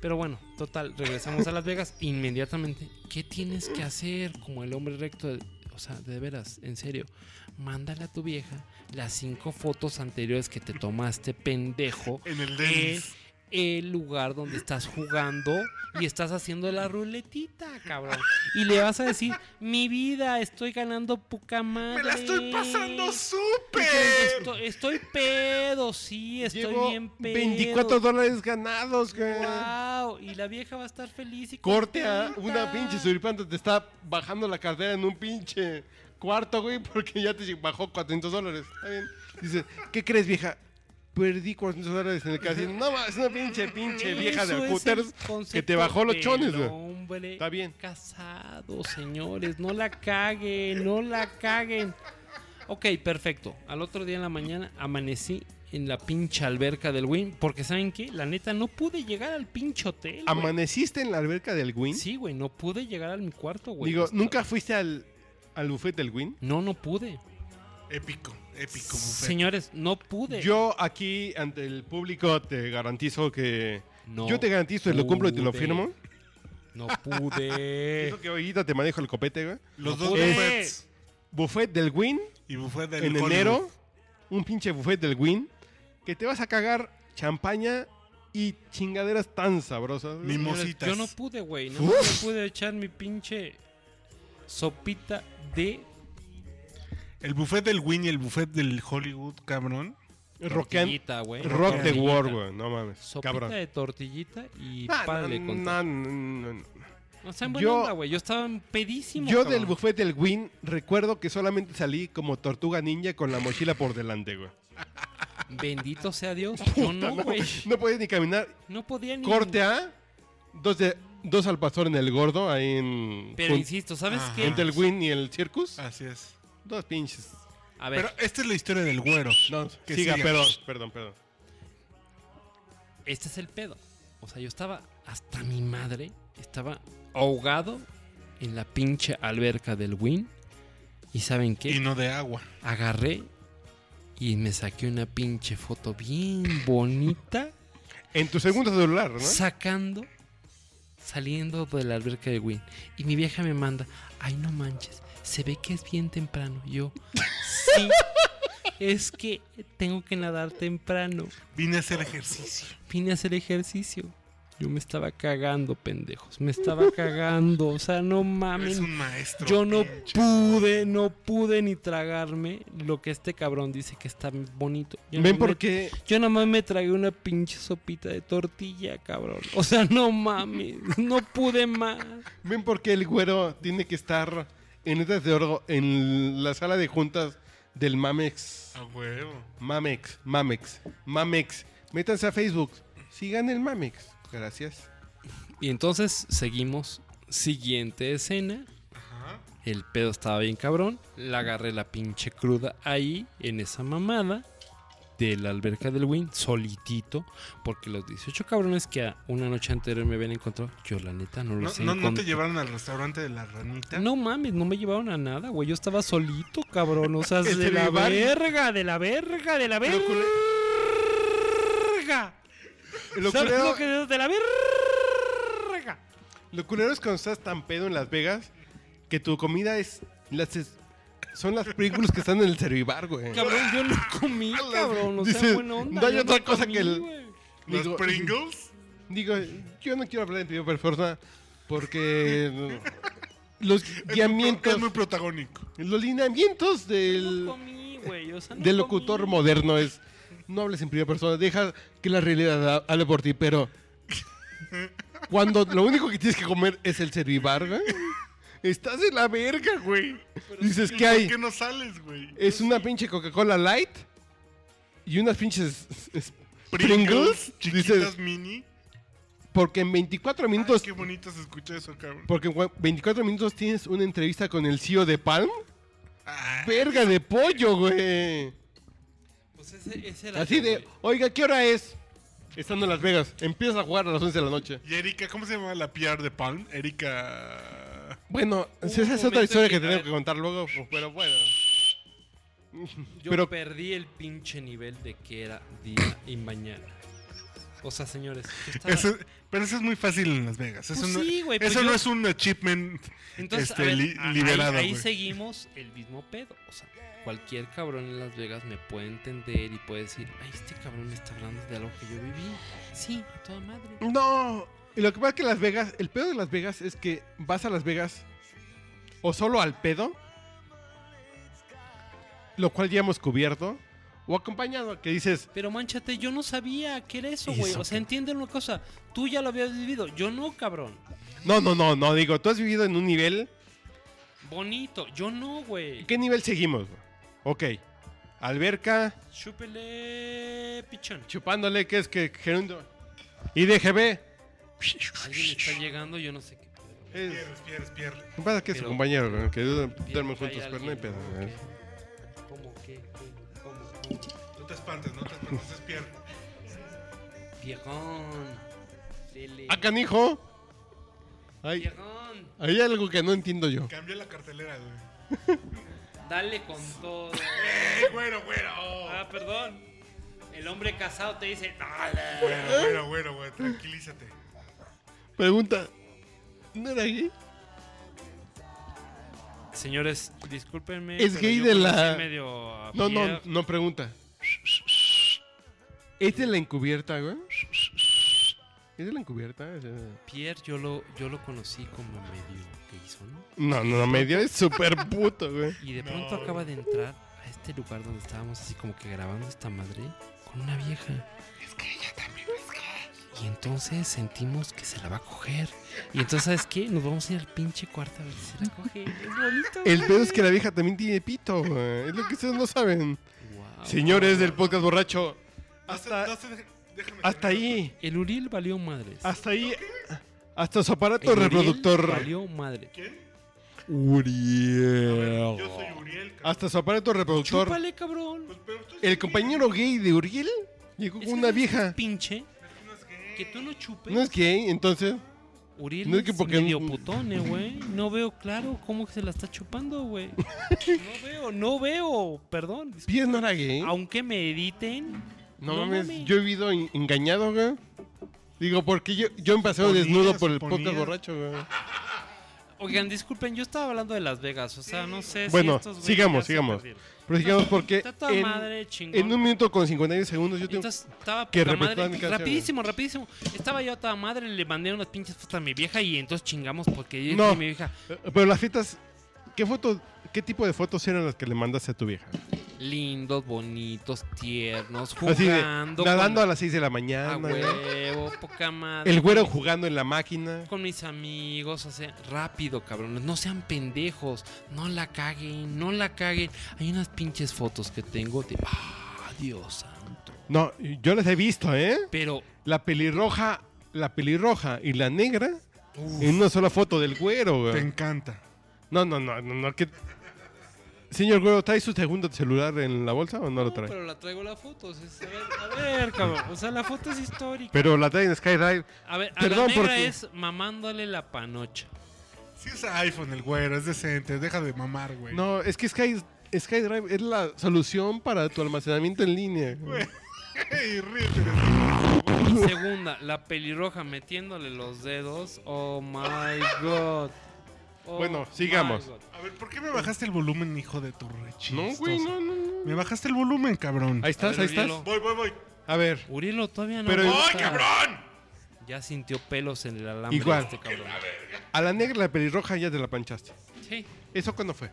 Pero bueno, total. Regresamos a Las Vegas inmediatamente. ¿Qué tienes que hacer como el hombre recto? de- o sea, de veras, en serio. Mándale a tu vieja las cinco fotos anteriores que te tomaste, pendejo.
En el
en
Dennis.
el lugar donde estás jugando y estás haciendo la ruletita, cabrón. Y le vas a decir, mi vida, estoy ganando poca madre.
¡Me la estoy pasando súper!
Estoy, estoy pedo, sí, estoy
Llevo
bien pedo.
24 dólares ganados, güey.
Wow, y la vieja va a estar feliz y
Corte a
contenta.
una pinche suripanta, te está bajando la cartera en un pinche cuarto, güey, porque ya te bajó 400 dólares. Está bien. Dice, ¿qué crees, vieja? Perdí 400 dólares en el casino. No, ma, es una pinche, pinche vieja
Eso
de
es
puteros
el concepto
que te bajó los
del
chones, güey.
hombre
Está bien.
casado, señores. No la caguen, no la caguen. Ok, perfecto. Al otro día en la mañana amanecí en la pinche alberca del Win. Porque, ¿saben qué? La neta, no pude llegar al pinche hotel. güey.
¿Amaneciste en la alberca del Win?
Sí, güey, no pude llegar al mi cuarto, güey.
Digo,
Hasta-
¿nunca fuiste al, al buffet del Win?
No, no pude.
Épico, épico buffet.
Señores, no pude.
Yo aquí, ante el público, te garantizo que...
No
yo te garantizo, y lo cumplo y te lo
pude. Eh.
firmo.
No
[LAUGHS]
pude.
Eso que ahorita te manejo el copete, güey.
Los
No
dos
pude.
buffets.
Buffet del Win
Y buffet del
en
Hollywood.
enero. Un pinche buffet del Win. Que te vas a cagar champaña y chingaderas tan sabrosas. güey.
Mimositas.
Yo no pude, güey. No me pude echar mi pinche sopita de.
El buffet del Win y el buffet del Hollywood, cabrón.
Rock, and-
tortillita, güey.
rock the
Tortillita.
world, güey. No mames.
Sopita
Cabrón. Ah,
de tortillita y
Nah,
padre
nah,
con
nah, nah, nah.
No sean buena
yo-
onda, güey. Yo estaba pedísimo.
Yo
cabrón.
del buffet del Win recuerdo que solamente salí como tortuga ninja con la mochila por delante, güey.
Bendito sea
[LAUGHS]
Dios. Yo [LAUGHS] no, güey.
No podía ni caminar.
No podía ni.
Corte A, dos, de, dos al pastor en el gordo, ahí en.
Pero
jun-
insisto, ¿sabes
Ajá.
qué?
entre el Win y el Circus. Ah,
Así es.
Dos pinches.
A ver,
Pero esta es la historia del güero.
No,
que
siga,
siga.
perdón, perdón, perdón.
este es el pedo. O sea, yo estaba hasta mi madre. Estaba ahogado en la pinche alberca del Win. ¿Y saben qué?
Y no de agua.
agarré y me saqué una pinche foto bien bonita
En tu segundo celular, ¿no?
sacando saliendo de la alberca de Win y mi vieja me manda, "Ay, no manches, se ve que es bien temprano." Yo, [LAUGHS] "Sí. Es que tengo que nadar temprano.
Vine a hacer ejercicio.
Vine a hacer ejercicio." Yo me estaba cagando, pendejos. Me
[LAUGHS]
estaba cagando. O sea, no
Es
mames.
un maestro.
Yo no
pinche.
pude, no pude ni tragarme lo que este cabrón dice que está bonito. Yo no
¿Ven
me-
por qué?
Yo nomás me tragué una pinche sopita de tortilla, cabrón. O sea, no mames, no pude más.
¿Ven por qué el güero tiene que estar en letras de oro en la sala de juntas del Mamex?
A huevo.
Mamex, Mamex, Mamex. Métanse a Facebook. Sigan el Mamex. Gracias.
Y entonces seguimos. Siguiente escena.
Ajá.
El pedo estaba bien cabrón. La agarré la pinche cruda ahí, en esa mamada de la alberca del Win, solitito. Porque los 18 cabrones que a- una noche anterior me habían encontrado, yo la neta no
No,
los
no- no te
encontré.
llevaron al restaurante de la ranita?
No mames, no me llevaron a nada, güey. Yo estaba solito, cabrón.
[LAUGHS]
O sea,
El
de la
Tribal.
verga, de la verga, de la
Pero culé-
verga.
Lo
¿Sabes
culero,
lo que es de la verga?
lo culero es cuando estás tan pedo en Las Vegas que tu comida es. Las es- son las películas que están en el servibar, güey.
Cabrón, yo no
[LAUGHS]
comí, cabrón. O sea,
Dices,
buena onda.
no hay
yo
otra cosa que el-
güey.
¿Los
Digo-
Pringles?
Digo, yo no quiero hablar de Pío Perforza porque los lineamientos,
Es muy protagónico.
los lineamientos
No
del,
comí, güey. O sea, no
del locutor
comí.
moderno es no hables en primera persona, deja que la realidad ha- hable por ti, pero cuando lo único que tienes que comer es el servibar, güey, estás en la verga, güey. Dices,
¿Y
¿qué hay?
¿Por qué no sales, güey?
Eh,
Es una pinche Coca-Cola Light y unas pinches es- Pringles.
Chiquitas
Dices,
mini.
porque en 24
Ay,
minutos
qué bonito se escucha eso, cabrón.
Porque en cua- 24 minutos tienes una entrevista con el CEO de Palm.
Ah,
Verga de pollo, güey.
Pues ese, ese [LAUGHS] era
Así
yo,
de,
güey.
oiga, ¿qué hora es? Estando en Las Vegas. Empiezas a jugar a las 11 de la noche.
Y Erika, ¿cómo se llama la PR de Palm? Erika.
Bueno,
Hubo
esa es
un
otra
momento
historia
en
que
que-
tenemos que contar luego, pues, pero bueno.
Yo
Pero-
perdí el pinche nivel de que era día y mañana. O sea, señores, yo estaba-
Eso- pero eso es muy fácil en Las Vegas. Eso,
Pues
no,
sí, güey, pero
eso
yo-
no es un achievement
Entonces,
este,
a ver,
li-
a- ahí-
liberado.
ahí,
güey.
seguimos el mismo pedo. O sea, cualquier cabrón en Las Vegas me puede entender y puede decir, ay, este cabrón me está hablando de algo que yo viví. Sí, a toda madre.
No. Y lo que pasa es que Las Vegas, el pedo de Las Vegas es que vas a Las Vegas o solo al pedo, lo cual ya hemos cubierto, o acompañado, que dices,
Pero manchate, yo no sabía que era eso,
Eso,
güey. O sea,
qué-
entiende una cosa. Tú ya lo habías vivido. Yo no, cabrón.
no, no, no, no, digo, tú has vivido en un nivel
Bonito. Yo no, güey.
¿Qué nivel seguimos? güey? Ok. Alberca,
Chúpele, pichón.
chupándole, que es que Gerundo. Y DGB.
Alguien está llegando, yo no sé qué.
Es,
Pierres, pierres, pierres.
¿Qué pasa que es su
Pero-
compañero, güey, que
Pierre trae
duermen juntos,
a
pero no hay
alguien,
pedo. ¿eh?
¿no? ¿eh?
güey.
¿Qué? ¿Cómo? ¿Qué? ¿Qué? ¿Cómo? ¿Cómo?
No te espantes, no te espantes, es Pierre.
Viejón. Dele.
¡Ah, canijo! Hay,
Viejón.
hay algo que no entiendo yo.
Cambié la cartelera, güey.
Dale con todo.
¡Eh, güero, güero!
Ah, perdón. El hombre casado te dice, dale.
Güero, güero, güero, güey, tranquilízate.
Pregunta. ¿No era gay?
Señores, discúlpenme.
Es
pero
gay
yo
de
conocí
la-
medio a
No, no,
Pierre.
no pregunta. ¿Es de la encubierta, güey? ¿Es de la encubierta? O sea,
Pierre, yo lo, yo lo conocí como medio gayson.
No, no, no, medio es súper puto, güey.
Y de pronto acaba de entrar a este lugar donde estábamos así como que grabando esta madre con una vieja. Es que ella también es gay. Y entonces sentimos que se la va a coger. Y entonces, ¿sabes qué? Nos vamos a ir al pinche cuarto a ver si se la coge. Es bonito.
El pedo es que la vieja también tiene pito, güey. Es lo que ustedes no saben.
Wow.
Señores del podcast borracho,
No se-
Hasta-
no se deje- déjame
hasta
terminar.
ahí,
El Uriel valió madres.
hasta ahí, hasta su aparato
El Uriel
reproductor.
Valió madre.
¿Quién? A ver, yo
Uriel.
soy Uriel, cabrón.
Hasta su aparato reproductor.
Chúpale, cabrón.
Pues, pero tú
El compañero gay de Uriel
Es
llegó con
que
una
eres
vieja.
Pinche.
no es gay.
Que tú no chupes.
No es gay, entonces.
Uriel
No es
es
que porque-
medio putón, eh, güey. No veo claro cómo se la está chupando,
[LAUGHS]
güey. No veo, no veo. Perdón. disculpa.
Pies no era gay.
Aunque me editen.
No,
no
mames,
mames.
yo he vivido en- engañado, güey. Digo, porque yo, yo me paseo
Suponías,
desnudo por el podcast
suponías.
borracho, güey.
Ah, Oigan, disculpen, yo estaba hablando de Las Vegas. O sea, no sé si
Bueno,
estos güeyes ya
sigamos,
se
sigamos.
perdieron.
Pero sigamos porque
Está toda
en,
madre, chingón.
en un minuto con 51 segundos yo tengo...
Entonces estaba
que
poca
repetir
madre.
mi canción,
Rapidísimo, rapidísimo. Estaba yo a toda madre, le mandé unas pinches fotos a mi vieja y entonces chingamos porque yo
No.
y mi vieja,
Eh, Pero las fiestas... ¿Qué foto, qué tipo de fotos eran las que le mandaste a tu vieja?
lindos, bonitos, tiernos,
Así de,
jugando.
nadando a
con-
las 6 de la
a
mañana, güey.
Ah, huevo, poca madre.
el güero jugando en la máquina.
con mis amigos, o sea, rápido, cabrones, no sean pendejos, no la caguen, no la caguen. Hay unas pinches fotos que tengo de ah, Dios santo.
No, yo las he visto, ¿eh?
Pero
La pelirroja, la pelirroja y la negra
Uf,
en una sola foto del güero, güey.
te encanta.
No, no, no, no, no, que... Señor Güero, ¿trae su segundo celular en la bolsa o no lo
No,
trae? Pero,
pero la traigo la foto, o sea, es- a, ver, a ver, cabrón, o sea, la foto es histórica.
la trae en SkyDrive.
A ver, a
Perdón,
la negra
porque-
es mamándole la
[LAUGHS]
panocha.
Si es iPhone el güero, es decente, deja de mamar, güey.
No, es que Sky, SkyDrive es la solución para tu almacenamiento en línea. güey.
Ey, ríete de ti.
Segunda, la pelirroja metiéndole los dedos. Oh my god. Oh
Bueno,
my
sigamos.
God.
A ver, ¿por qué me bajaste el volumen, hijo de tu rechito?
No, güey, no, no, no.
Me bajaste el volumen, cabrón.
Ahí estás,
A
ahí
ver,
estás.
Urielo.
Voy, voy, voy.
A ver,
Urielo todavía no.
Pero-
bota.
¡Ay, cabrón!
Ya sintió pelos en el alambre
Igual.
este cabrón.
a la negra y la pelirroja ya te la panchaste.
Sí.
¿Eso cuándo fue?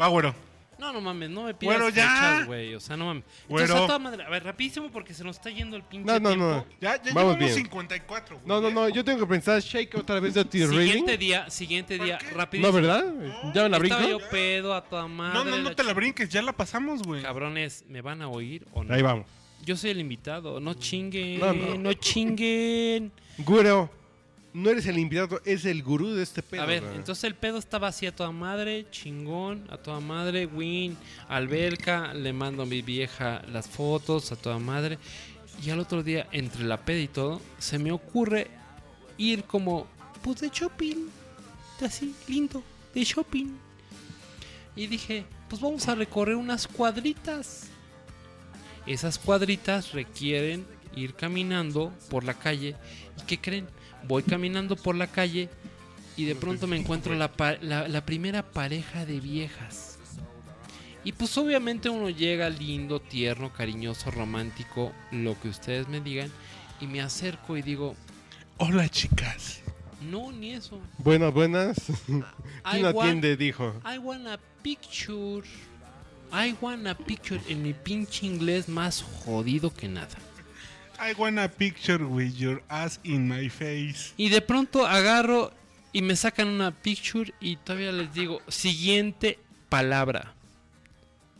Va, güero.
No, no mames, no me pidas
Güero, ya.
fechas, güey. O sea, no mames. Entonces,
Güero.
a toda madre. A ver, rapidísimo porque se nos está yendo el pinche
No, no,
tiempo.
no.
Ya, ya
Vamos
llevamos
bien.
54, güey.
No, no, no, yo tengo que pensar Shake otra vez de T
Siguiente
Reading.
día, siguiente día,
qué?
rapidísimo.
No, ¿verdad? ¿Ya me la brinco?
Estaba yo pedo a toda madre.
No, no, no te la brinques, ya la pasamos, güey.
Cabrones, ¿me van a oír o no?
Ahí vamos.
Yo soy el invitado. No chinguen,
No,
no,
no.
chinguen.
Güero, no eres el invitado, es el gurú de este pedo.
a ver,
güey.
entonces el pedo estaba así a toda madre, chingón, a toda madre, win, alberca, le mando a mi vieja las fotos, a toda madre. Y al otro día, entre la peda y todo, se me ocurre ir como, pues de shopping, así, lindo, de shopping. Y dije, pues vamos a recorrer unas cuadritas. Esas cuadritas requieren ir caminando por la calle. ¿Y qué creen? Voy caminando por la calle y de pronto me encuentro la, pa- la- la primera pareja de viejas. Y pues obviamente uno llega lindo, tierno, cariñoso, romántico, lo que ustedes me digan. Y me acerco y digo,
Hola, chicas.
no, ni eso.
Buenas,
[LAUGHS]
buenas.
I
¿Quién
want,
atiende? Dijo.
I want a picture. I want a picture en mi pinche inglés más jodido que nada.
I want a picture with your ass in my face.
Y de pronto agarro y me sacan una picture y todavía les digo, siguiente palabra.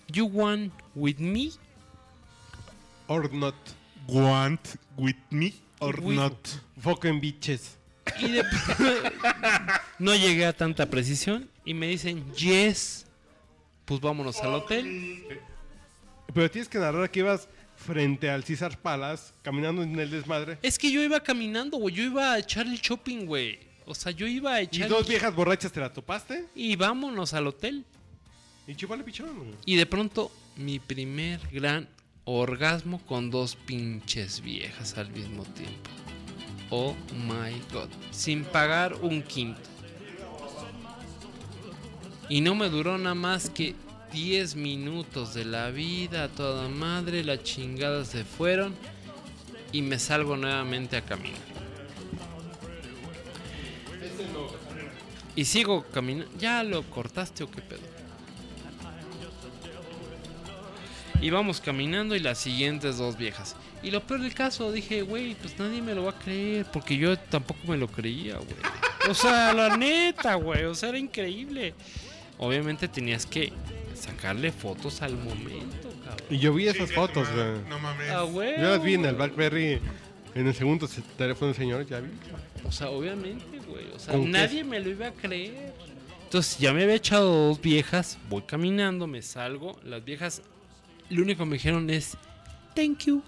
You want with me?
Or not.
Want with me or
With-
not?
Fucking bitches.
Y de- [LAUGHS] no llegué a tanta precisión y me dicen, yes, pues vámonos al hotel.
Pero tienes que narrar que ibas frente al César Palace, caminando en el desmadre.
Es que yo iba caminando, güey, yo iba a echar el shopping, güey. O sea, yo iba a
Y
echar...
dos
el-
viejas borrachas te la topaste.
y vámonos al hotel.
Y chupale pichón. güey.
Y de pronto, mi primer gran orgasmo con dos pinches viejas al mismo tiempo. Oh my god. Sin pagar un quinto. Y no me duró nada más que 10 minutos de la vida a toda madre. Las chingadas se fueron. Y me salgo nuevamente a caminar. Y sigo caminando. ¿Ya lo cortaste o qué pedo? Y vamos caminando y las siguientes dos viejas. Y lo peor del caso, dije, güey, pues nadie me lo va a creer, porque yo tampoco me lo creía, güey. O sea, la neta, güey, o sea, era increíble. Obviamente tenías que sacarle fotos al momento, cabrón.
Y yo vi
Chinga
esas
tu
fotos,
madre,
güey.
No mames.
Ah, güey.
Yo las vi en el Blackberry, en el segundo se- teléfono del señor, ya vi.
O sea, obviamente, güey. O sea,
¿Con qué?
nadie me lo iba a creer. Entonces, ya me había echado dos viejas. Voy caminando, me salgo. Las viejas, lo único que me dijeron es, thank you.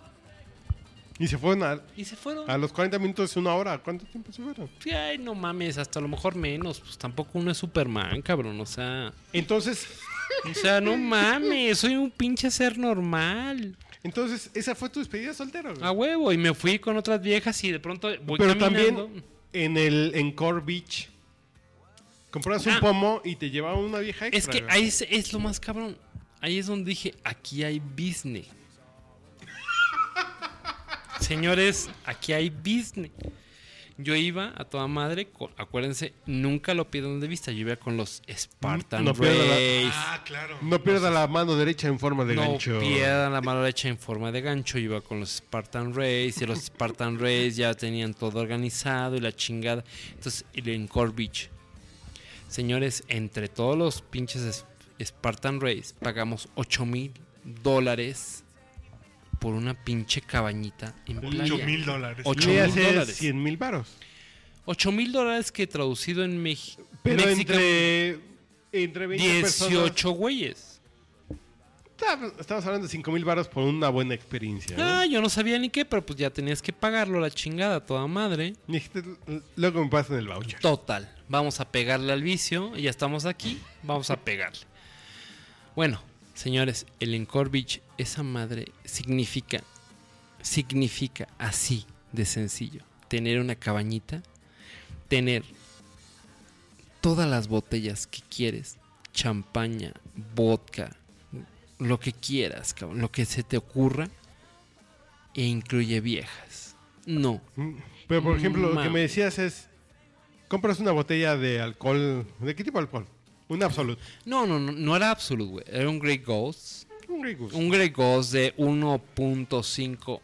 Y se fueron a,
Y se fueron.
a los 40 minutos, una hora. ¿Cuánto tiempo se fueron?
Ay, no mames, hasta a lo mejor menos. Pues tampoco uno es Superman, cabrón. O sea,
Entonces,
o sea, no mames, soy un pinche ser normal.
entonces esa fue tu despedida soltero. güey.
A huevo, y me fui con otras viejas y de pronto Ah, voy
Pero
caminando.
también en el en Core Beach compras
Ah.
un pomo y te llevaba una vieja extra.
Es que
güey.
ahí es, es lo más cabrón. Ahí es donde dije, aquí hay business. Señores, aquí hay business. Yo iba a toda madre, co- acuérdense, nunca lo pierdan de vista. Yo iba con los Spartan
No pierdan la-
Race.
Ah, claro.
no pierda la mano derecha en forma de
no
gancho.
pierdan la mano derecha en forma de gancho. Iba con los Spartan Race y los Spartan Race ya tenían todo organizado y la chingada. Entonces, y en Core Beach. Señores, entre todos los pinches es- Spartan Race pagamos 8 mil dólares por una pinche cabañita en playa.
8 mil dólares.
Ocho
Le
mil
haces
dólares.
100 mil varos.
8 mil dólares que traducido en México.
Pero entre, entre 20 personas.
18 güeyes.
Estab- Estamos hablando de 5 mil varos por una buena experiencia. ¿no?
Ah, yo no sabía ni qué, pero pues ya tenías que pagarlo, la chingada, toda madre.
Me dijiste, "L- Luego me pasan el voucher.
Total, vamos a pegarle al vicio, ya estamos aquí, vamos a pegarle. Bueno, señores, el Encore Beach, esa madre significa, significa así de sencillo, tener una cabañita, tener todas las botellas que quieres, champaña, vodka, lo que quieras, cabrón, lo que se te ocurra, e incluye viejas. No,
Mm, Pero por ejemplo, lo que
Mam.
me decías es, compras una botella de alcohol. ¿De qué tipo de alcohol? Un absolut.
no, no, no, no era absoluto, güey, era un Grey Ghost.
Un Rigus.
Un Grey Goose de 1.5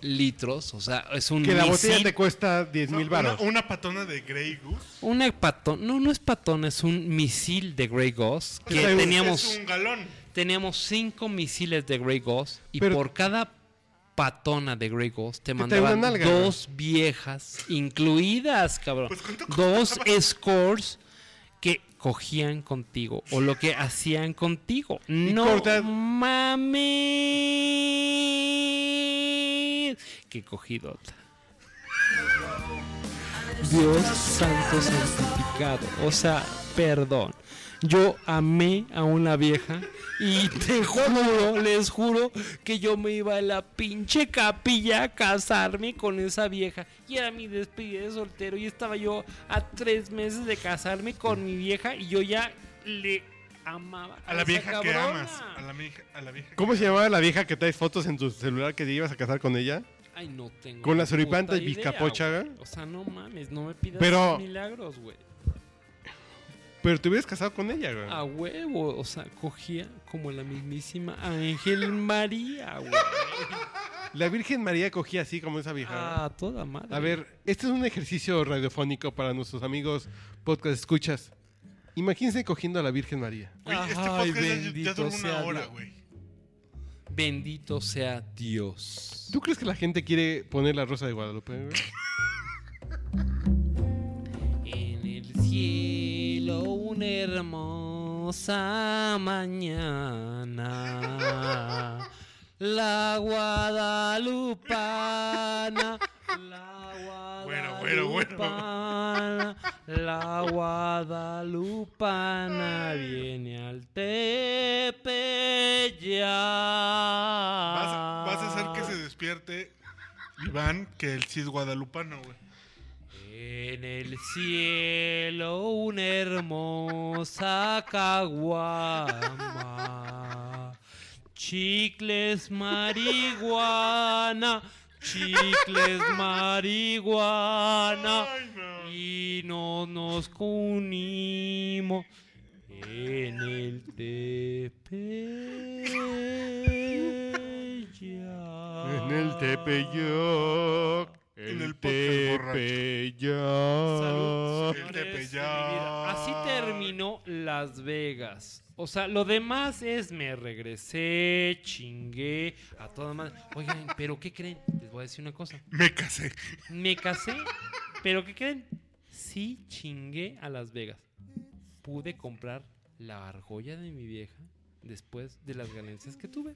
litros, o sea, es un
Que la botella
misil.
te cuesta 10
No,
mil
una,
varos.
una patona de Grey Goose.
Una patón, no, no es patón, es un misil de Grey Goose
O
que
sea, es-
teníamos
Es un galón.
teníamos cinco misiles de Grey Goose y
Pero-
por cada patona de Grey Goose te
trae
mandaban
una nalga,
dos viejas incluidas, cabrón.
Pues, ¿cuánto
dos scores que cogían contigo o lo que hacían contigo. No
cortas-
mames. Que cogidota. Dios santo santificado. O sea, perdón. Yo amé a una vieja y te juro, les juro que yo me iba a la pinche capilla a casarme con esa vieja. Y era mi despedida de soltero y estaba yo a tres meses de casarme con mi vieja y yo ya le amaba.
A la
esa
vieja que
cabrona.
amas. A la, vieja- a la vieja.
¿Cómo se llamaba la vieja que traes fotos en tu celular que te ibas a casar con ella?
Ay, no tengo.
Con la
ni
suripanta
puta
y
idea,
bizcapocha,
güey.
¿verdad?
O sea, no mames, no me pidas
Pero-
milagros, güey.
Pero te hubieras casado con ella, güey.
A huevo, o sea, cogía como la mismísima Ángel María, güey.
La Virgen María cogía así como esa vieja.
Ah, toda madre.
A ver, este es un ejercicio radiofónico para nuestros amigos podcast escuchas. Imagínense cogiendo a la Virgen María.
Güey, este
Ay,
podcast ya- ya,
bendito
duró una
sea
hora,
Dios.
güey.
Bendito sea Dios.
¿Tú crees que la gente quiere poner la rosa de Guadalupe? güey?
En el cielo una hermosa mañana. La guadalupana. La
Bueno,
guadalupana.
bueno, bueno.
La guadalupana viene al Tepeyac.
Vas, vas a hacer
Ah.
que se despierte Iván, que el sí es guadalupano, güey.
En el cielo una hermosa caguama, chicles marihuana, chicles marihuana,
Ay, no.
y no nos unimos en el Tepeyac.
En el Tepeyac.
En
En
el
el
podcast borracho.
Tepeyac.
El
Salud, señores de mi
Tepeyac.
vida. Así terminó Las Vegas. O sea, lo demás es me regresé, chingué, a toda madre. Oigan, ¿pero qué creen? Les voy a decir una cosa.
Me casé.
Me casé, ¿pero qué creen? Sí chingué a Las Vegas. Pude comprar la argolla de mi vieja después de las ganancias que tuve.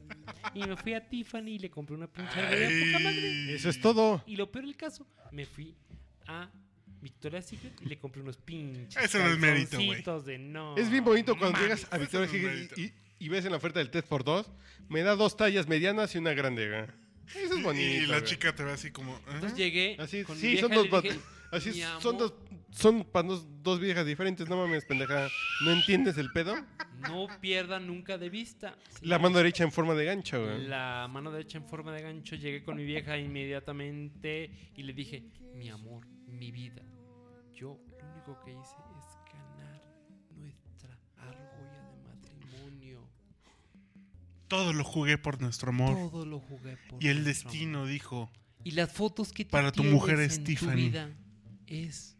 Y me fui a Tiffany y le compré una pinche argolla poca madre.
Eso es todo.
Y lo peor del caso, me fui a Victoria's Secret y le compré unos pinches.
Eso no es mérito, güey.
calzoncitos de no.
Es bien bonito cuando
mames,
llegas a
eso
Victoria
es un
Secret y,
mérito.
y- y ves en la oferta del 3x2. Me da dos tallas medianas y una grande. güey. Eso es bonito.
Y la
güey.
chica te ve así como. ¿eh?
Entonces llegué.
Así,
con mi
sí,
vieja
son
y
dos,
le dije,
bat- así
"Mi
son
amor,
dos, son pa- dos, dos viejas diferentes, no mames, pendeja. ¿No entiendes el pedo?
No pierda nunca de vista.
[LAUGHS] La mano derecha en forma de gancho, güey.
La mano derecha en forma de gancho. Llegué con mi vieja inmediatamente y le dije, mi amor, mi vida. Yo lo único que hice es ganar nuestra argolla de matrimonio.
Todo lo jugué por nuestro amor.
Todo lo jugué por
Y el
nuestro amor".
destino dijo.
Y las fotos que tú
Para tu mujer
tienes
es
en
Tiffany.
Tu vida es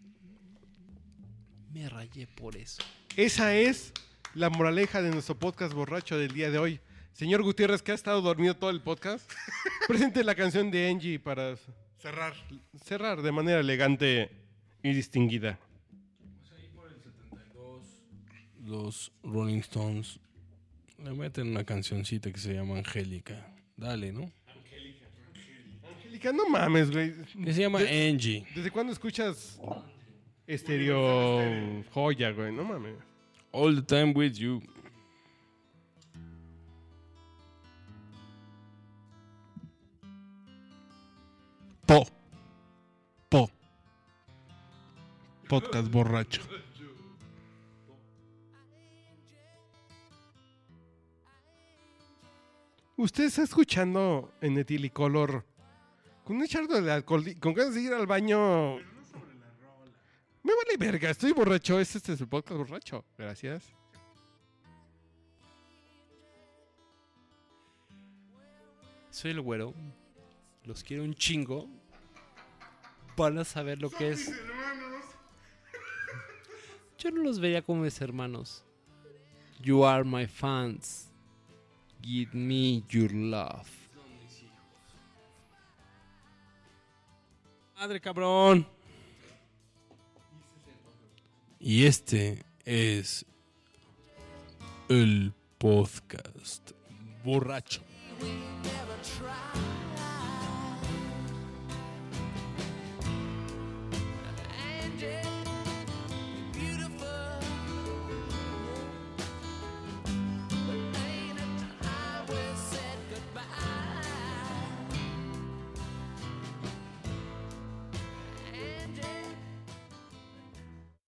me rayé por eso.
Esa es la moraleja de nuestro podcast borracho del día de hoy. Señor Gutiérrez, que ha estado dormido todo el podcast, [LAUGHS] presente la canción de Angie para
Cerrar.
cerrar de manera elegante y distinguida.
Los Rolling Stones le meten una cancioncita que se llama Angélica. Dale, ¿no?
Angélica, no mames, güey.
Que se llama Angie.
¿Desde cuándo escuchas estéreo joya, güey? No mames.
All the time with you.
Po. Po. Podcast borracho.
Usted está escuchando en Etilicolor con un chardo de alcohol, y con ganas de ir al baño. Me vale verga, estoy borracho. Este, este es el podcast borracho. Gracias.
Soy el güero. Los quiero un chingo. Van a saber lo que es. Yo no los veía como mis hermanos. You are my fans. Give me your love.
Madre cabrón. Y este es el podcast borracho.